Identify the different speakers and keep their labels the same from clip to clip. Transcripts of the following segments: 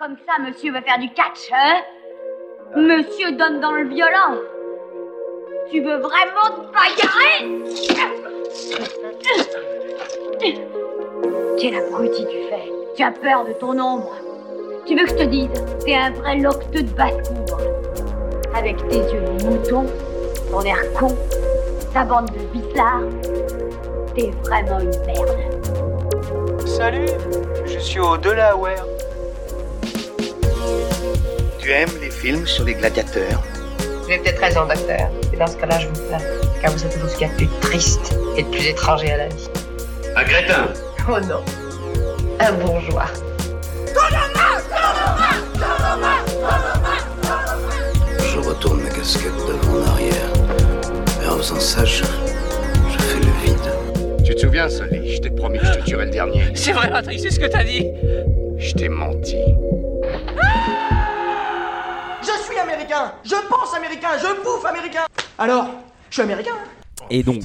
Speaker 1: Comme ça, monsieur veut faire du catch, hein Monsieur donne dans le violent. Tu veux vraiment te bagarrer Quel abruti tu fais Tu as peur de ton ombre. Tu veux que je te dise, t'es un vrai locteux de basse-cour. Avec tes yeux de mouton, ton air con, ta bande de bizarres, t'es vraiment une merde.
Speaker 2: Salut, je suis au Delaware.
Speaker 3: Tu aimes les films sur les gladiateurs
Speaker 4: J'ai peut-être raison, docteur. Et dans ce cas-là, je vous plains. Car vous êtes vous ce qu'il y a de plus triste et de plus étranger à la vie.
Speaker 5: Un crétin
Speaker 4: Oh non Un bourgeois
Speaker 6: je retourne ma casquette devant en arrière. Et en faisant ça, je, je fais le vide.
Speaker 7: Tu te souviens, Sully Je t'ai promis que je te tuerais le dernier.
Speaker 8: C'est vrai, Patrick, c'est ce que t'as dit.
Speaker 7: Je t'ai menti.
Speaker 9: Ah je suis américain Je pense américain Je bouffe américain Alors, je suis américain hein.
Speaker 10: Et donc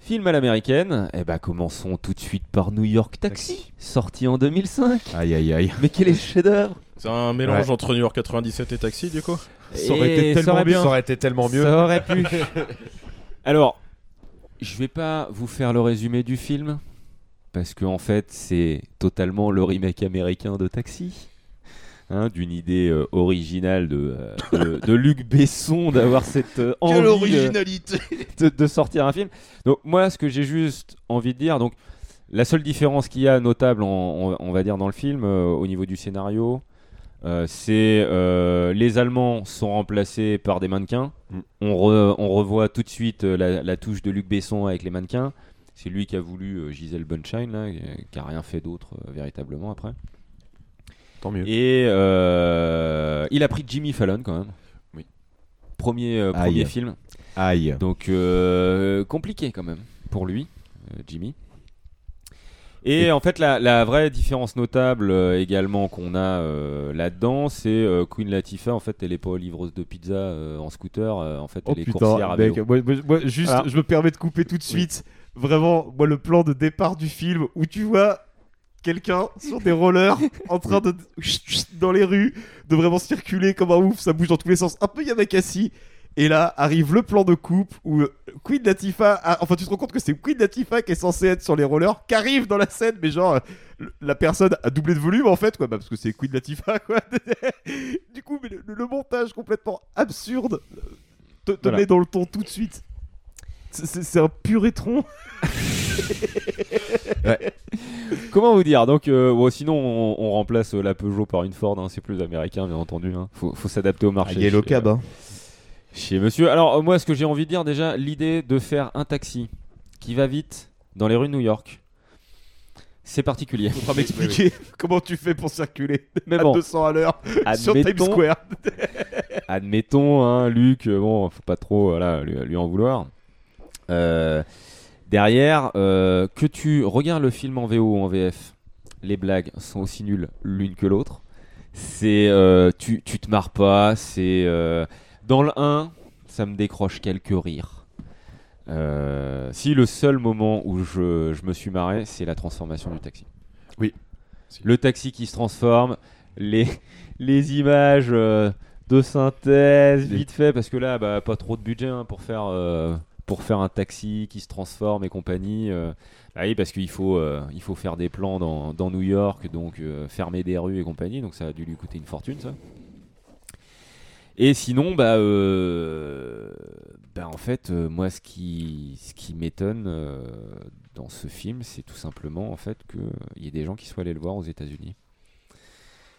Speaker 10: Film à l'américaine, eh ben commençons tout de suite par New York Taxi, Taxi. sorti en 2005.
Speaker 11: Aïe aïe aïe.
Speaker 10: Mais quel est chef-d'œuvre
Speaker 12: C'est un mélange ouais. entre New York 97 et Taxi, du coup
Speaker 11: ça aurait, été tellement ça aurait bien. ça aurait été tellement mieux.
Speaker 10: Ça aurait pu. Alors, je vais pas vous faire le résumé du film, parce qu'en en fait, c'est totalement le remake américain de Taxi. Hein, d'une idée euh, originale de, euh, de, de, Luc Besson d'avoir cette euh, envie
Speaker 11: Quelle originalité
Speaker 10: de, de, sortir un film. Donc moi, ce que j'ai juste envie de dire, donc la seule différence qu'il y a notable, on, on, on, va dire dans le film, euh, au niveau du scénario, euh, c'est euh, les Allemands sont remplacés par des mannequins. Mm. On, re, on, revoit tout de suite euh, la, la, touche de Luc Besson avec les mannequins. C'est lui qui a voulu euh, Gisèle Bunshine, là, euh, qui a rien fait d'autre euh, véritablement après.
Speaker 11: Tant mieux.
Speaker 10: Et euh, il a pris Jimmy Fallon quand même. Oui. Premier, euh, premier film.
Speaker 11: Aïe.
Speaker 10: Donc euh, compliqué quand même pour lui, euh, Jimmy. Et, Et, en fait, la, la vraie différence notable euh, également qu'on a euh, là-dedans, c'est euh, Queen Latifah. En fait, elle est pas livreuse de pizza euh, en scooter. en fait,
Speaker 11: oh
Speaker 10: elle
Speaker 11: putain, est coursière à vélo. Moi, moi, juste, ah. je me permets de couper tout de suite. Oui. Vraiment, moi, le plan de départ du film où tu vois quelqu'un sur des rollers en train de dans les rues, de vraiment circuler comme un ouf, ça bouge dans tous les sens, un peu Yamakasi. Et là arrive le plan de coupe où euh, Queen Latifah, a... enfin tu te rends compte que c'est Queen Latifah qui est censée être sur les rollers, qui arrive dans la scène, mais genre euh, la personne a doublé de volume en fait, quoi, bah, parce que c'est Queen Latifah, quoi. du coup, mais le, le, montage complètement absurde euh, te, te voilà. met dans le ton tout de suite. C'est un pur étron.
Speaker 10: ouais. Comment vous dire Donc, euh, bon, sinon, on, on remplace euh, la Peugeot par une Ford. Hein, c'est plus américain, bien entendu. Hein. Faut, faut s'adapter au marché.
Speaker 11: Ah, Yellow Cab. Euh, hein.
Speaker 10: Chez Monsieur. Alors, euh, moi, ce que j'ai envie de dire déjà, l'idée de faire un taxi qui va vite dans les rues de New York. C'est particulier.
Speaker 11: Faudra m'expliquer oui, oui. comment tu fais pour circuler Mais à bon, 200 à l'heure sur Times Square.
Speaker 10: admettons, hein, Luc, euh, bon, faut pas trop voilà, lui, lui en vouloir. Euh, derrière, euh, que tu regardes le film en VO ou en VF, les blagues sont aussi nulles l'une que l'autre. C'est euh, tu, tu, te marres pas, c'est euh, dans le 1, ça me décroche quelques rires. Euh, si le seul moment où je, je me suis marré, c'est la transformation du taxi.
Speaker 11: Oui.
Speaker 10: Le taxi qui se transforme, les, les images euh, de synthèse, vite fait, parce que là, bah, pas trop de budget hein, pour faire pour faire un taxi qui se transforme et compagnie. Euh, bah oui, parce qu'il faut, euh, il faut faire des plans dans, dans New York, donc euh, fermer des rues et compagnie. Donc ça a dû lui coûter une fortune, ça. Et sinon, bah, bah en fait, moi, ce qui, ce qui m'étonne euh, dans ce film, c'est tout simplement en fait qu'il y ait des gens qui soient allés le voir aux États-Unis.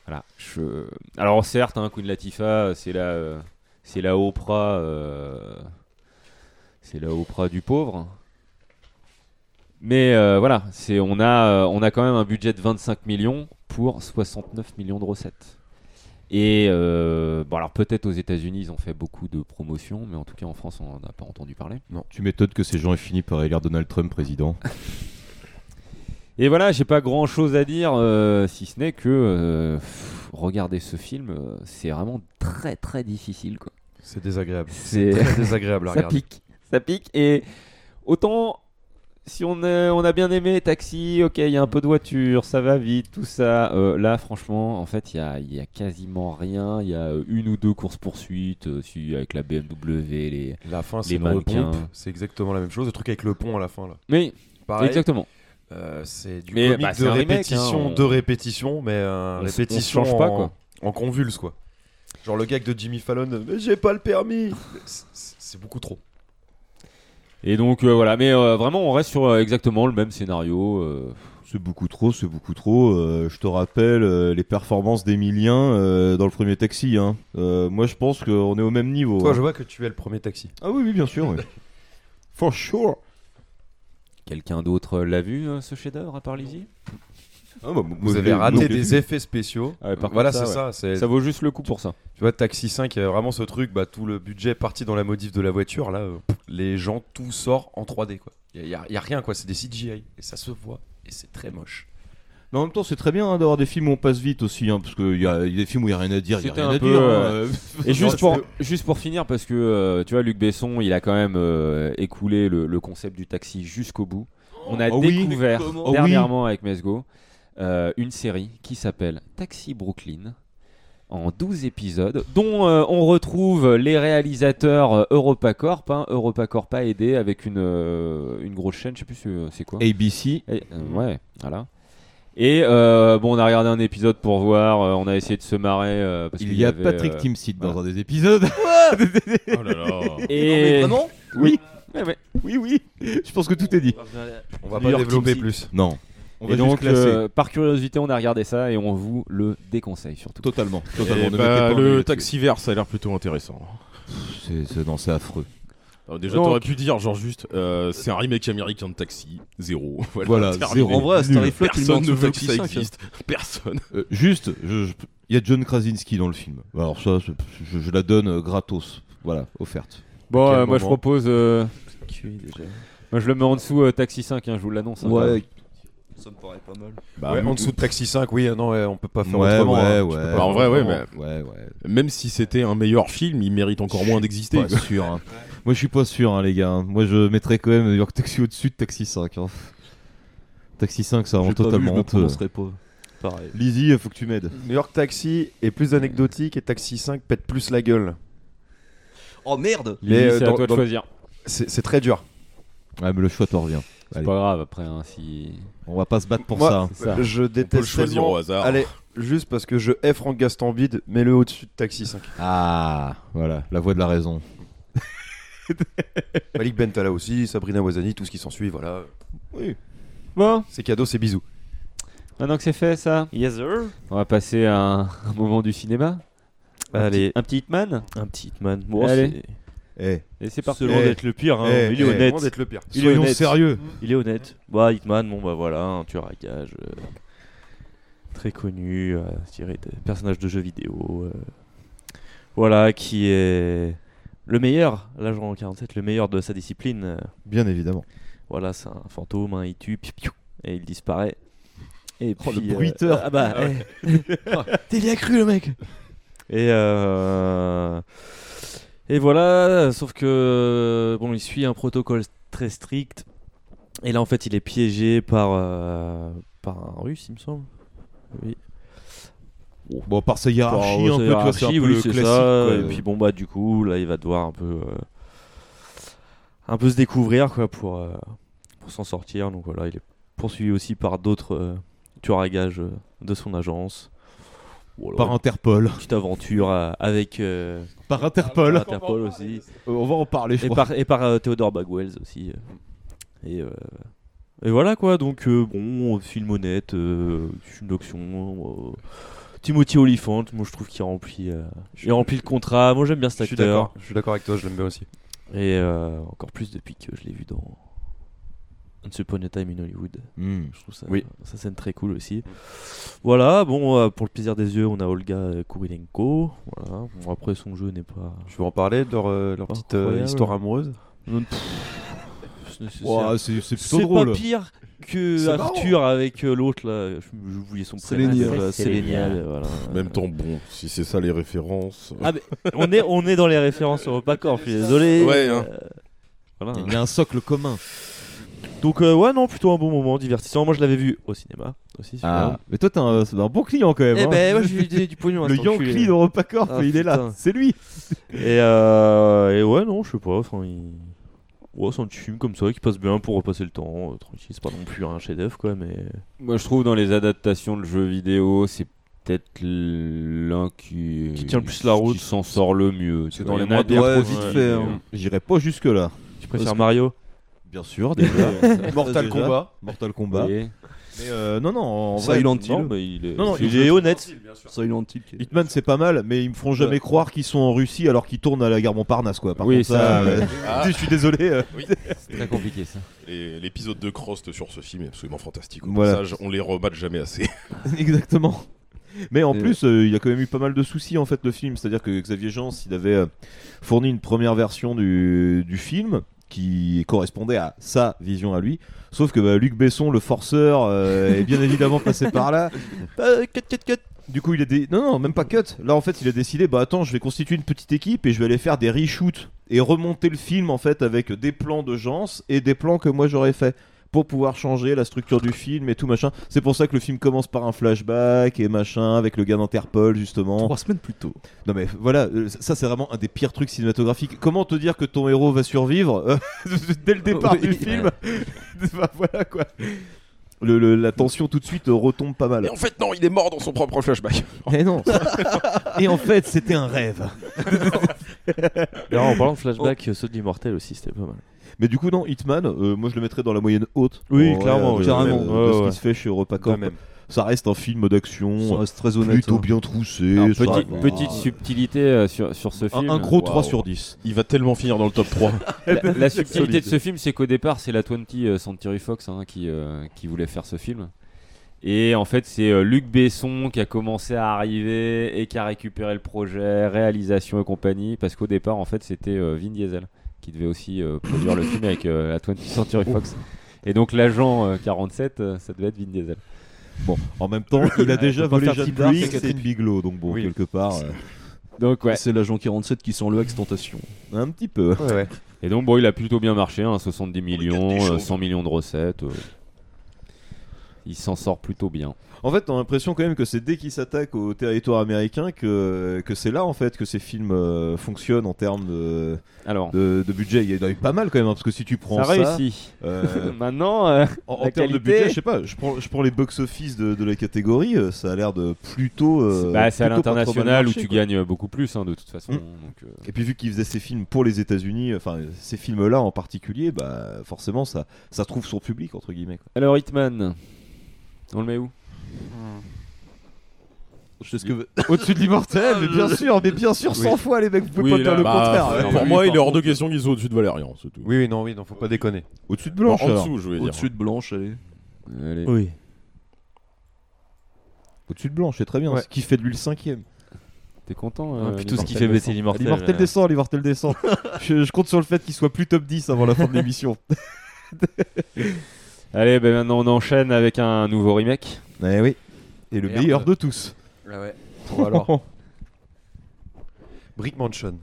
Speaker 10: Voilà. Je... Alors certes, hein, Queen Latifah, c'est la, euh, c'est la Oprah euh, c'est la Oprah du pauvre. Mais euh, voilà, c'est on a euh, on a quand même un budget de 25 millions pour 69 millions de recettes. Et euh, bon alors peut-être aux États-Unis ils ont fait beaucoup de promotions, mais en tout cas en France on n'a pas entendu parler.
Speaker 11: Non, tu m'étonnes que ces gens aient fini par élire Donald Trump président.
Speaker 10: Et voilà, j'ai pas grand chose à dire euh, si ce n'est que euh, pff, regarder ce film, euh, c'est vraiment très très difficile quoi.
Speaker 11: C'est désagréable. C'est très désagréable à
Speaker 10: Ça
Speaker 11: regarder.
Speaker 10: pique ça pique. Et autant si on, est- on a bien aimé taxi, ok, il y a un peu de voiture, ça va vite, tout ça. euh, là, franchement, en fait, il y a, il y a quasiment rien. Il y a euh, une ou deux courses poursuites euh, si- avec la BMW, les.
Speaker 12: La fin, c'est
Speaker 10: les
Speaker 12: une repompe.
Speaker 10: mannequins.
Speaker 12: C'est exactement la même chose. Le truc avec le pont à la fin, là.
Speaker 10: Oui,
Speaker 12: Pareil.
Speaker 10: exactement.
Speaker 12: Euh, c'est du
Speaker 10: Mais,
Speaker 12: comique
Speaker 10: bah, c'est
Speaker 12: de
Speaker 10: un remake,
Speaker 12: répétition,
Speaker 10: hein, on-
Speaker 12: de répétition, mais euh,
Speaker 10: on s- on se
Speaker 12: répétition
Speaker 10: change pas,
Speaker 12: en,
Speaker 10: quoi.
Speaker 12: en convulse, quoi. Genre le gag de Jimmy Fallon, mais j'ai pas le permis. C'est- c'est c'est beaucoup trop.
Speaker 10: Et donc euh, voilà, mais euh, vraiment, on reste sur euh, exactement le même scénario. euh,
Speaker 11: C'est beaucoup trop, c'est beaucoup trop. Euh, je te rappelle euh, les performances d'Emilien euh, dans le premier taxi. hein. Euh, moi, je pense qu'on est au même niveau.
Speaker 12: Toi,
Speaker 11: hein.
Speaker 12: je vois que tu es le premier taxi.
Speaker 11: Ah oui, oui, bien sûr. oui. For sure.
Speaker 10: Quelqu'un d'autre l'a vu euh, ce chef-d'œuvre à part Lizzie
Speaker 11: Ah, bah,
Speaker 12: Vous avez raté des effets spéciaux.
Speaker 10: Ah ouais, par
Speaker 12: voilà,
Speaker 10: contre,
Speaker 12: c'est
Speaker 10: ça, ouais.
Speaker 12: ça. c'est-
Speaker 10: Ça vaut juste le coup pour ça.
Speaker 12: Tu vois, Taxi 5, il y a vraiment ce truc, bah, tout le budget parti dans la modif de la voiture. Là, euh, pff, les gens, tout sort en 3D. quoi. Il n'y a, y a rien, quoi. C'est des CGI. Et ça se voit. Et c'est très moche.
Speaker 11: Mais en même temps, c'est très bien hein, d'avoir des films où on passe vite aussi, hein, parce qu'il y, a il y a des films où il n'y a rien à dire, il n'y a
Speaker 10: C'était
Speaker 11: rien
Speaker 10: un
Speaker 11: à
Speaker 10: peu.
Speaker 11: dire.
Speaker 10: euh,
Speaker 11: hein.
Speaker 10: Et
Speaker 11: Non,
Speaker 10: juste
Speaker 11: tu
Speaker 10: pour,
Speaker 11: peux-
Speaker 10: juste pour finir, parce que euh, tu vois, Luc Besson, il a quand même euh, écoulé le, le concept du taxi jusqu'au bout. On a
Speaker 11: Oh oui, mais
Speaker 10: découvert
Speaker 11: comment- Oh oui.
Speaker 10: dernièrement avec Mesgo euh, une série qui s'appelle Taxi Brooklyn en 12 épisodes, dont euh, on retrouve les réalisateurs euh, EuropaCorp, hein, EuropaCorp aidé avec une, euh, une grosse chaîne, je sais plus euh, c'est quoi.
Speaker 11: ABC.
Speaker 10: Eh, euh, ouais, voilà. Et euh, bon, on a regardé un épisode pour voir, euh, on a essayé de se marrer. euh, parce
Speaker 11: Il
Speaker 10: qu'il
Speaker 11: y a
Speaker 10: avait,
Speaker 11: Patrick
Speaker 10: euh,
Speaker 11: Timsit dans
Speaker 10: voilà.
Speaker 11: un des épisodes.
Speaker 10: Oh là là. Et-
Speaker 11: Non, mais
Speaker 10: Oui.
Speaker 11: Oui, oui. Je pense que tout est dit.
Speaker 12: On va
Speaker 11: New
Speaker 12: pas
Speaker 11: York
Speaker 12: développer
Speaker 11: Timsit.
Speaker 12: plus.
Speaker 11: Non. On va
Speaker 10: et
Speaker 11: juste
Speaker 10: donc,
Speaker 11: classer.
Speaker 10: euh, par curiosité, on a regardé ça et on vous le déconseille surtout.
Speaker 11: Totalement.
Speaker 13: Eh
Speaker 12: ben,
Speaker 13: bah, le taxi vert, ça a l'air plutôt intéressant.
Speaker 11: C'est, c'est, non, c'est affreux.
Speaker 13: Alors déjà,
Speaker 11: Donc-
Speaker 13: t'aurais pu dire, genre juste, euh, c'est un remake américain de Taxi, zéro.
Speaker 11: Voilà,
Speaker 13: c'est
Speaker 11: zéro.
Speaker 13: arrivé.
Speaker 11: En vrai, Stanley Flott, il
Speaker 13: Personne
Speaker 11: manque
Speaker 13: ne
Speaker 11: sous
Speaker 13: veut que
Speaker 11: Taxi
Speaker 13: ça
Speaker 11: 5, hein.
Speaker 13: existe. Personne.
Speaker 11: Euh, juste, je- je- il y a John Krasinski dans le film. Alors ça, c'est- je, je la donne euh, gratos. Voilà, offerte.
Speaker 10: Bon,
Speaker 11: Quel
Speaker 10: euh, moi je
Speaker 11: moment.
Speaker 10: propose. euh, Moi je le mets en dessous euh, Taxi 5, hein, je vous l'annonce. hein, quand même.
Speaker 14: Ça me paraît pas mal.
Speaker 12: Ouais, Bah, en dessous de Taxi 5, oui, euh, non, ouais, on peut pas faire autrement. hein. Tu peux pas
Speaker 13: Bah, en
Speaker 12: faire
Speaker 13: vrai, ouais,
Speaker 12: autrement.
Speaker 13: mais même si c'était un meilleur film, il mérite encore moins d'exister.
Speaker 11: Pas
Speaker 13: quoi.
Speaker 11: sûr. hein. Moi, je suis pas sûr, hein, les gars. hein. Moi, je mettrais quand même New York Taxi au-dessus de Taxi 5. hein. Taxi 5, ça
Speaker 12: J'ai
Speaker 11: rend
Speaker 12: pas vu,
Speaker 11: totalement
Speaker 12: je me
Speaker 11: honteux.
Speaker 12: prononcerai pas. Pareil.
Speaker 11: Lizzie, euh, faut que tu m'aides.
Speaker 12: New York Taxi est plus anecdotique et Taxi 5 pète plus la gueule.
Speaker 14: Oh merde
Speaker 12: Mais, euh,
Speaker 10: c'est à
Speaker 12: dans-
Speaker 10: toi de
Speaker 12: dans-
Speaker 10: choisir.
Speaker 12: C'est c'est très dur.
Speaker 11: Ouais, mais le choix t'en revient.
Speaker 10: C'est pas grave après, hein, si.
Speaker 11: On va pas se battre pour
Speaker 12: Moi,
Speaker 11: ça. hein.
Speaker 12: Je déteste tellement-
Speaker 11: Oh.
Speaker 12: Allez, juste parce que je hais Franck Gastambide, mets-le au-dessus de Taxi 5.
Speaker 11: Ah, voilà, la voix de la raison.
Speaker 12: Malik Bentala aussi, Sabrina Wazani, tout ce qui s'ensuit, voilà.
Speaker 11: Oui.
Speaker 10: Bon.
Speaker 12: C'est cadeau, c'est bisous.
Speaker 10: Maintenant que c'est fait, ça.
Speaker 14: Yes, sir.
Speaker 10: On va passer à un, un moment du cinéma. Un
Speaker 14: Allez.
Speaker 10: petit- Un petit Hitman
Speaker 14: Un petit Hitman. Bon,
Speaker 10: Allez.
Speaker 11: Et
Speaker 10: c'est parti.
Speaker 14: C'est loin d'être le
Speaker 11: Oh, Eh,
Speaker 14: pire, hein. il est honnête. Il est honnête. Il est honnête. Bah, Hitman, bon, bah voilà, un tueur à gage. très connu, euh, je dirais, de- personnage de jeux vidéo. euh, voilà, qui est le meilleur, l'agent 47, le meilleur de sa discipline. euh.
Speaker 11: Bien évidemment.
Speaker 14: Voilà, c'est un fantôme, hein, il tue, piou, piou, et il disparaît. Et
Speaker 11: Oh, le
Speaker 14: puis, euh,
Speaker 11: bruiteur.
Speaker 14: Ah bah,
Speaker 11: Ah ouais.
Speaker 14: eh. T'es bien cru, le mec et euh, et voilà, sauf que bon, il suit un protocole très strict. Et là, en fait, il est piégé par euh, par un Russe, il me semble. Oui.
Speaker 11: Bon, par sa hiérarchie,
Speaker 14: Par,
Speaker 11: un
Speaker 14: euh,
Speaker 11: peu, tu vois, c'est un
Speaker 14: hiérarchie,
Speaker 11: peu
Speaker 14: oui,
Speaker 11: le
Speaker 14: c'est
Speaker 11: classique,
Speaker 14: ça.
Speaker 11: quoi. euh,
Speaker 14: Et puis bon bah, du coup, là, il va devoir un peu euh, un peu se découvrir quoi pour euh, pour s'en sortir. Donc voilà, il est poursuivi aussi par d'autres euh, tueurs à gages euh, de son agence. Voilà.
Speaker 11: Par Interpol.
Speaker 14: Petite aventure euh, avec. euh,
Speaker 11: Par Interpol. Euh,
Speaker 14: par Interpol aussi.
Speaker 11: On va en parler, je
Speaker 14: et
Speaker 11: crois.
Speaker 14: Par, et par euh, Theodore Bagwells aussi. euh. Et, euh, et voilà quoi, donc euh, bon, film honnête, euh, film d'action. euh, Timothy Olyphant, moi je trouve qu'il remplit, euh, il remplit le contrat. Moi j'aime bien cet
Speaker 12: Je suis
Speaker 14: acteur.
Speaker 12: d'accord, je suis d'accord avec toi, je l'aime bien aussi.
Speaker 14: Et euh, encore plus depuis que je l'ai vu dans Once Upon a Time in Hollywood.
Speaker 11: Mm.
Speaker 14: Je trouve ça,
Speaker 11: Oui.
Speaker 14: ça scène très cool aussi. Voilà, bon, euh, pour le plaisir des yeux, on a Olga euh, Kurilenko. Voilà. Bon, après, son jeu n'est pas.
Speaker 12: Je veux en parler de leur, euh, leur petite euh,
Speaker 14: Incroyable.
Speaker 12: histoire amoureuse.
Speaker 14: Non,
Speaker 11: Ouah, c'est- c'est plutôt drôle.
Speaker 14: pas pire que
Speaker 11: C'est
Speaker 14: Arthur avec euh, l'autre là. Je je oubliais son prénom.
Speaker 13: Sélénia.
Speaker 14: Voilà, Sélénia,
Speaker 13: Sélénia.
Speaker 14: voilà.
Speaker 13: En même temps, bon, si c'est ça les références.
Speaker 14: Ah, mais on est on est dans les références au Pacorp. Je suis désolé.
Speaker 13: Ouais, hein.
Speaker 14: Euh, voilà.
Speaker 11: Il y a un socle commun.
Speaker 14: Donc euh, ouais non plutôt un bon moment divertissant. Moi je l'avais vu au cinéma aussi.
Speaker 11: Ah, mais toi, t'es un, c'est un bon client quand même.
Speaker 14: Eh
Speaker 11: hein.
Speaker 14: ben, moi, j'ai eu du- du pognon, hein,
Speaker 11: Le
Speaker 14: cet enculé.
Speaker 11: Yankee de Repacorp,
Speaker 14: Ah,
Speaker 11: il est là.
Speaker 14: putain.
Speaker 11: C'est lui.
Speaker 14: Et, euh, et ouais non je sais pas. Enfin il... Ouais c'est un petit film comme ça qui passe bien pour repasser le temps. euh, tranquille c'est pas non plus un chef d'œuvre quoi mais.
Speaker 10: Moi, je trouve dans les adaptations de jeux vidéo, c'est peut-être l'un qui,
Speaker 14: Qui tient le plus la route.
Speaker 10: qui s'en sort le mieux. tu
Speaker 14: C'est
Speaker 10: vois.
Speaker 14: dans
Speaker 10: Il y
Speaker 14: les
Speaker 10: en a
Speaker 14: moins bien
Speaker 10: d'autres
Speaker 14: produits,
Speaker 10: qui-
Speaker 14: mais, euh,
Speaker 11: J'irai hein. pas jusque là.
Speaker 14: Tu préfères Mario
Speaker 11: Bien sûr, déjà.
Speaker 14: Mortal
Speaker 11: Déjà.
Speaker 14: Kombat.
Speaker 11: Mortal Kombat.
Speaker 14: Oui.
Speaker 11: Mais euh, non, non, Bah, en vrai.
Speaker 13: Silent Hill.
Speaker 11: Non, mais il est, non, non,
Speaker 13: il
Speaker 11: ils-
Speaker 13: est
Speaker 14: honnête.
Speaker 13: Silent Hill. qui est-
Speaker 11: Hitman c'est pas mal, mais ils me feront jamais
Speaker 13: Ouais.
Speaker 11: croire qu'ils sont en Russie alors qu'ils tournent à la gare Montparnasse quoi. Par
Speaker 10: Oui,
Speaker 11: contre,
Speaker 10: ça,
Speaker 11: euh,
Speaker 10: ouais.
Speaker 13: Ah.
Speaker 11: je suis désolé. euh.
Speaker 10: C'est très compliqué ça.
Speaker 13: Et L'épisode de Crost sur ce film est absolument fantastique. Au
Speaker 11: Voilà.
Speaker 13: passage, on les rebatte jamais assez.
Speaker 11: Exactement. Mais en
Speaker 13: Et-
Speaker 11: plus, euh, il y a quand même eu pas mal de soucis en fait le film, c'est-à-dire que Xavier Jean, il avait euh, fourni une première version du, du film qui correspondait à sa vision à lui, sauf que bah, Luc Besson, le forceur, euh, est bien évidemment passé par là. Euh, cut, cut, cut. Du coup, il a dé- non non même pas cut. Là en fait, il a décidé bah attends, je vais constituer une petite équipe et je vais aller faire des reshoots et remonter le film en fait avec des plans de gens et des plans que moi j'aurais fait pour pouvoir changer la structure du film et tout machin. C'est pour ça que le film commence par un flashback et machin avec le gars d'Interpol justement. Trois
Speaker 13: semaines plus tôt.
Speaker 11: Non mais voilà, euh, ça c'est vraiment un des pires trucs cinématographiques. Comment te dire que ton héros va survivre euh, dès le départ
Speaker 13: Oui.
Speaker 11: du film Bah, Voilà quoi. Le- le- la tension tout de suite euh, retombe pas mal.
Speaker 13: Et en fait, non, il est mort dans son propre flashback.
Speaker 11: Eh non. Et en fait, c'était un rêve.
Speaker 14: Alors, en parlant de flashback, euh, ceux de l'immortel aussi c'était pas mal.
Speaker 11: Mais du coup, non, Hitman, euh, moi je le mettrais dans la moyenne haute.
Speaker 14: Oui,
Speaker 11: En vrai,
Speaker 14: clairement,
Speaker 11: euh,
Speaker 14: oui,
Speaker 11: carrément,
Speaker 14: oui,
Speaker 11: de
Speaker 14: oui.
Speaker 11: ce
Speaker 14: Ouais,
Speaker 11: qui
Speaker 14: ouais.
Speaker 11: se fait chez Europacorp.
Speaker 14: Quand même.
Speaker 11: Ça reste un film d'action.
Speaker 10: Ça reste très honnête,
Speaker 11: Plutôt
Speaker 10: hein.
Speaker 11: bien troussé.
Speaker 10: Alors,
Speaker 11: ça
Speaker 10: petit-
Speaker 11: va.
Speaker 10: petite subtilité euh, sur, sur ce
Speaker 11: Un-
Speaker 10: film.
Speaker 11: un gros 3
Speaker 10: Waouh.
Speaker 11: sur 10.
Speaker 13: Il va tellement finir dans le top 3.
Speaker 10: La, la subtilité
Speaker 13: Solide.
Speaker 10: de ce film, c'est qu'au départ, c'est la 20 euh, Century Fox hein, qui, euh, qui voulait faire ce film. Et en fait, c'est euh, Luc Besson qui a commencé à arriver et qui a récupéré le projet, réalisation et compagnie. Parce qu'au départ, en fait, c'était euh, Vin Diesel qui devait aussi euh, produire le film avec euh, la 20 Century Fox. Et donc, l'agent euh, 47, euh, ça devait être Vin Diesel.
Speaker 11: Bon, en même temps, il a déjà volé Jeanne d'Arc et Catherine Bigelow, donc bon,
Speaker 10: Oui.
Speaker 11: quelque part. euh,
Speaker 10: Donc ouais.
Speaker 15: C'est l'agent 47 qui sent le axe tentation.
Speaker 11: euh, Un petit peu.
Speaker 10: Et donc bon, il a plutôt bien marché, hein, 70 millions, euh, 100 millions de recettes. euh. Il s'en sort plutôt bien.
Speaker 11: En fait, t'as l'impression quand même que c'est dès qu'ils s'attaquent au territoire américain que, que c'est là en fait que ces films euh, fonctionnent en termes de,
Speaker 10: Alors.
Speaker 11: de, de budget. Il y en a eu pas mal quand même, hein, parce que si tu prends
Speaker 10: Ça
Speaker 11: ça,
Speaker 10: réussit.
Speaker 11: euh,
Speaker 10: Maintenant, euh,
Speaker 11: en, en
Speaker 10: la
Speaker 11: termes de
Speaker 10: qualité-
Speaker 11: budget, je sais pas, je prends, je prends les box-office de, de la catégorie, euh, ça a l'air de plutôt. euh,
Speaker 10: Bah, c'est à
Speaker 11: plutôt pas trop mal
Speaker 10: l'international où
Speaker 11: marché,
Speaker 10: tu
Speaker 11: quoi.
Speaker 10: gagnes euh, beaucoup plus hein, de toute façon.
Speaker 11: Mm.
Speaker 10: Donc, euh,
Speaker 11: Et puis vu qu'ils faisaient ces films pour les États-Unis, euh, enfin ces films-là en particulier, bah forcément ça ça trouve son public entre guillemets. Quoi.
Speaker 10: Alors Hitman, on le met où
Speaker 11: Au-dessus de l'immortel, mais bien sûr, mais bien sûr, 100 fois les mecs, vous pouvez pas me dire le contraire.
Speaker 13: Pour moi, il est hors de question qu'ils soient au-dessus de Valérian, c'est tout.
Speaker 12: Oui, oui, non, oui, non, faut pas déconner.
Speaker 11: Au-dessus de
Speaker 13: Blanche, Bon, en alors. dessous, je voulais dire.
Speaker 15: Au-dessus de Blanche, allez.
Speaker 10: Allez.
Speaker 11: Euh,
Speaker 14: Oui.
Speaker 11: Au-dessus de Blanche, c'est très bien.
Speaker 10: Ouais.
Speaker 11: Ce qui fait de lui le cinquième.
Speaker 10: T'es content euh,
Speaker 14: Ah, puis tout ce qui fait baisser l'immortel.
Speaker 11: L'immortel
Speaker 14: euh.
Speaker 11: descend, l'immortel descend. je, je compte sur le fait qu'il soit plus top 10 avant la fin de l'émission.
Speaker 10: Allez, ben maintenant on enchaîne avec un nouveau remake.
Speaker 11: Eh oui. Et le
Speaker 12: Merde.
Speaker 11: meilleur de tous.
Speaker 12: Ah ouais. Bon, alors. Brick Mansion.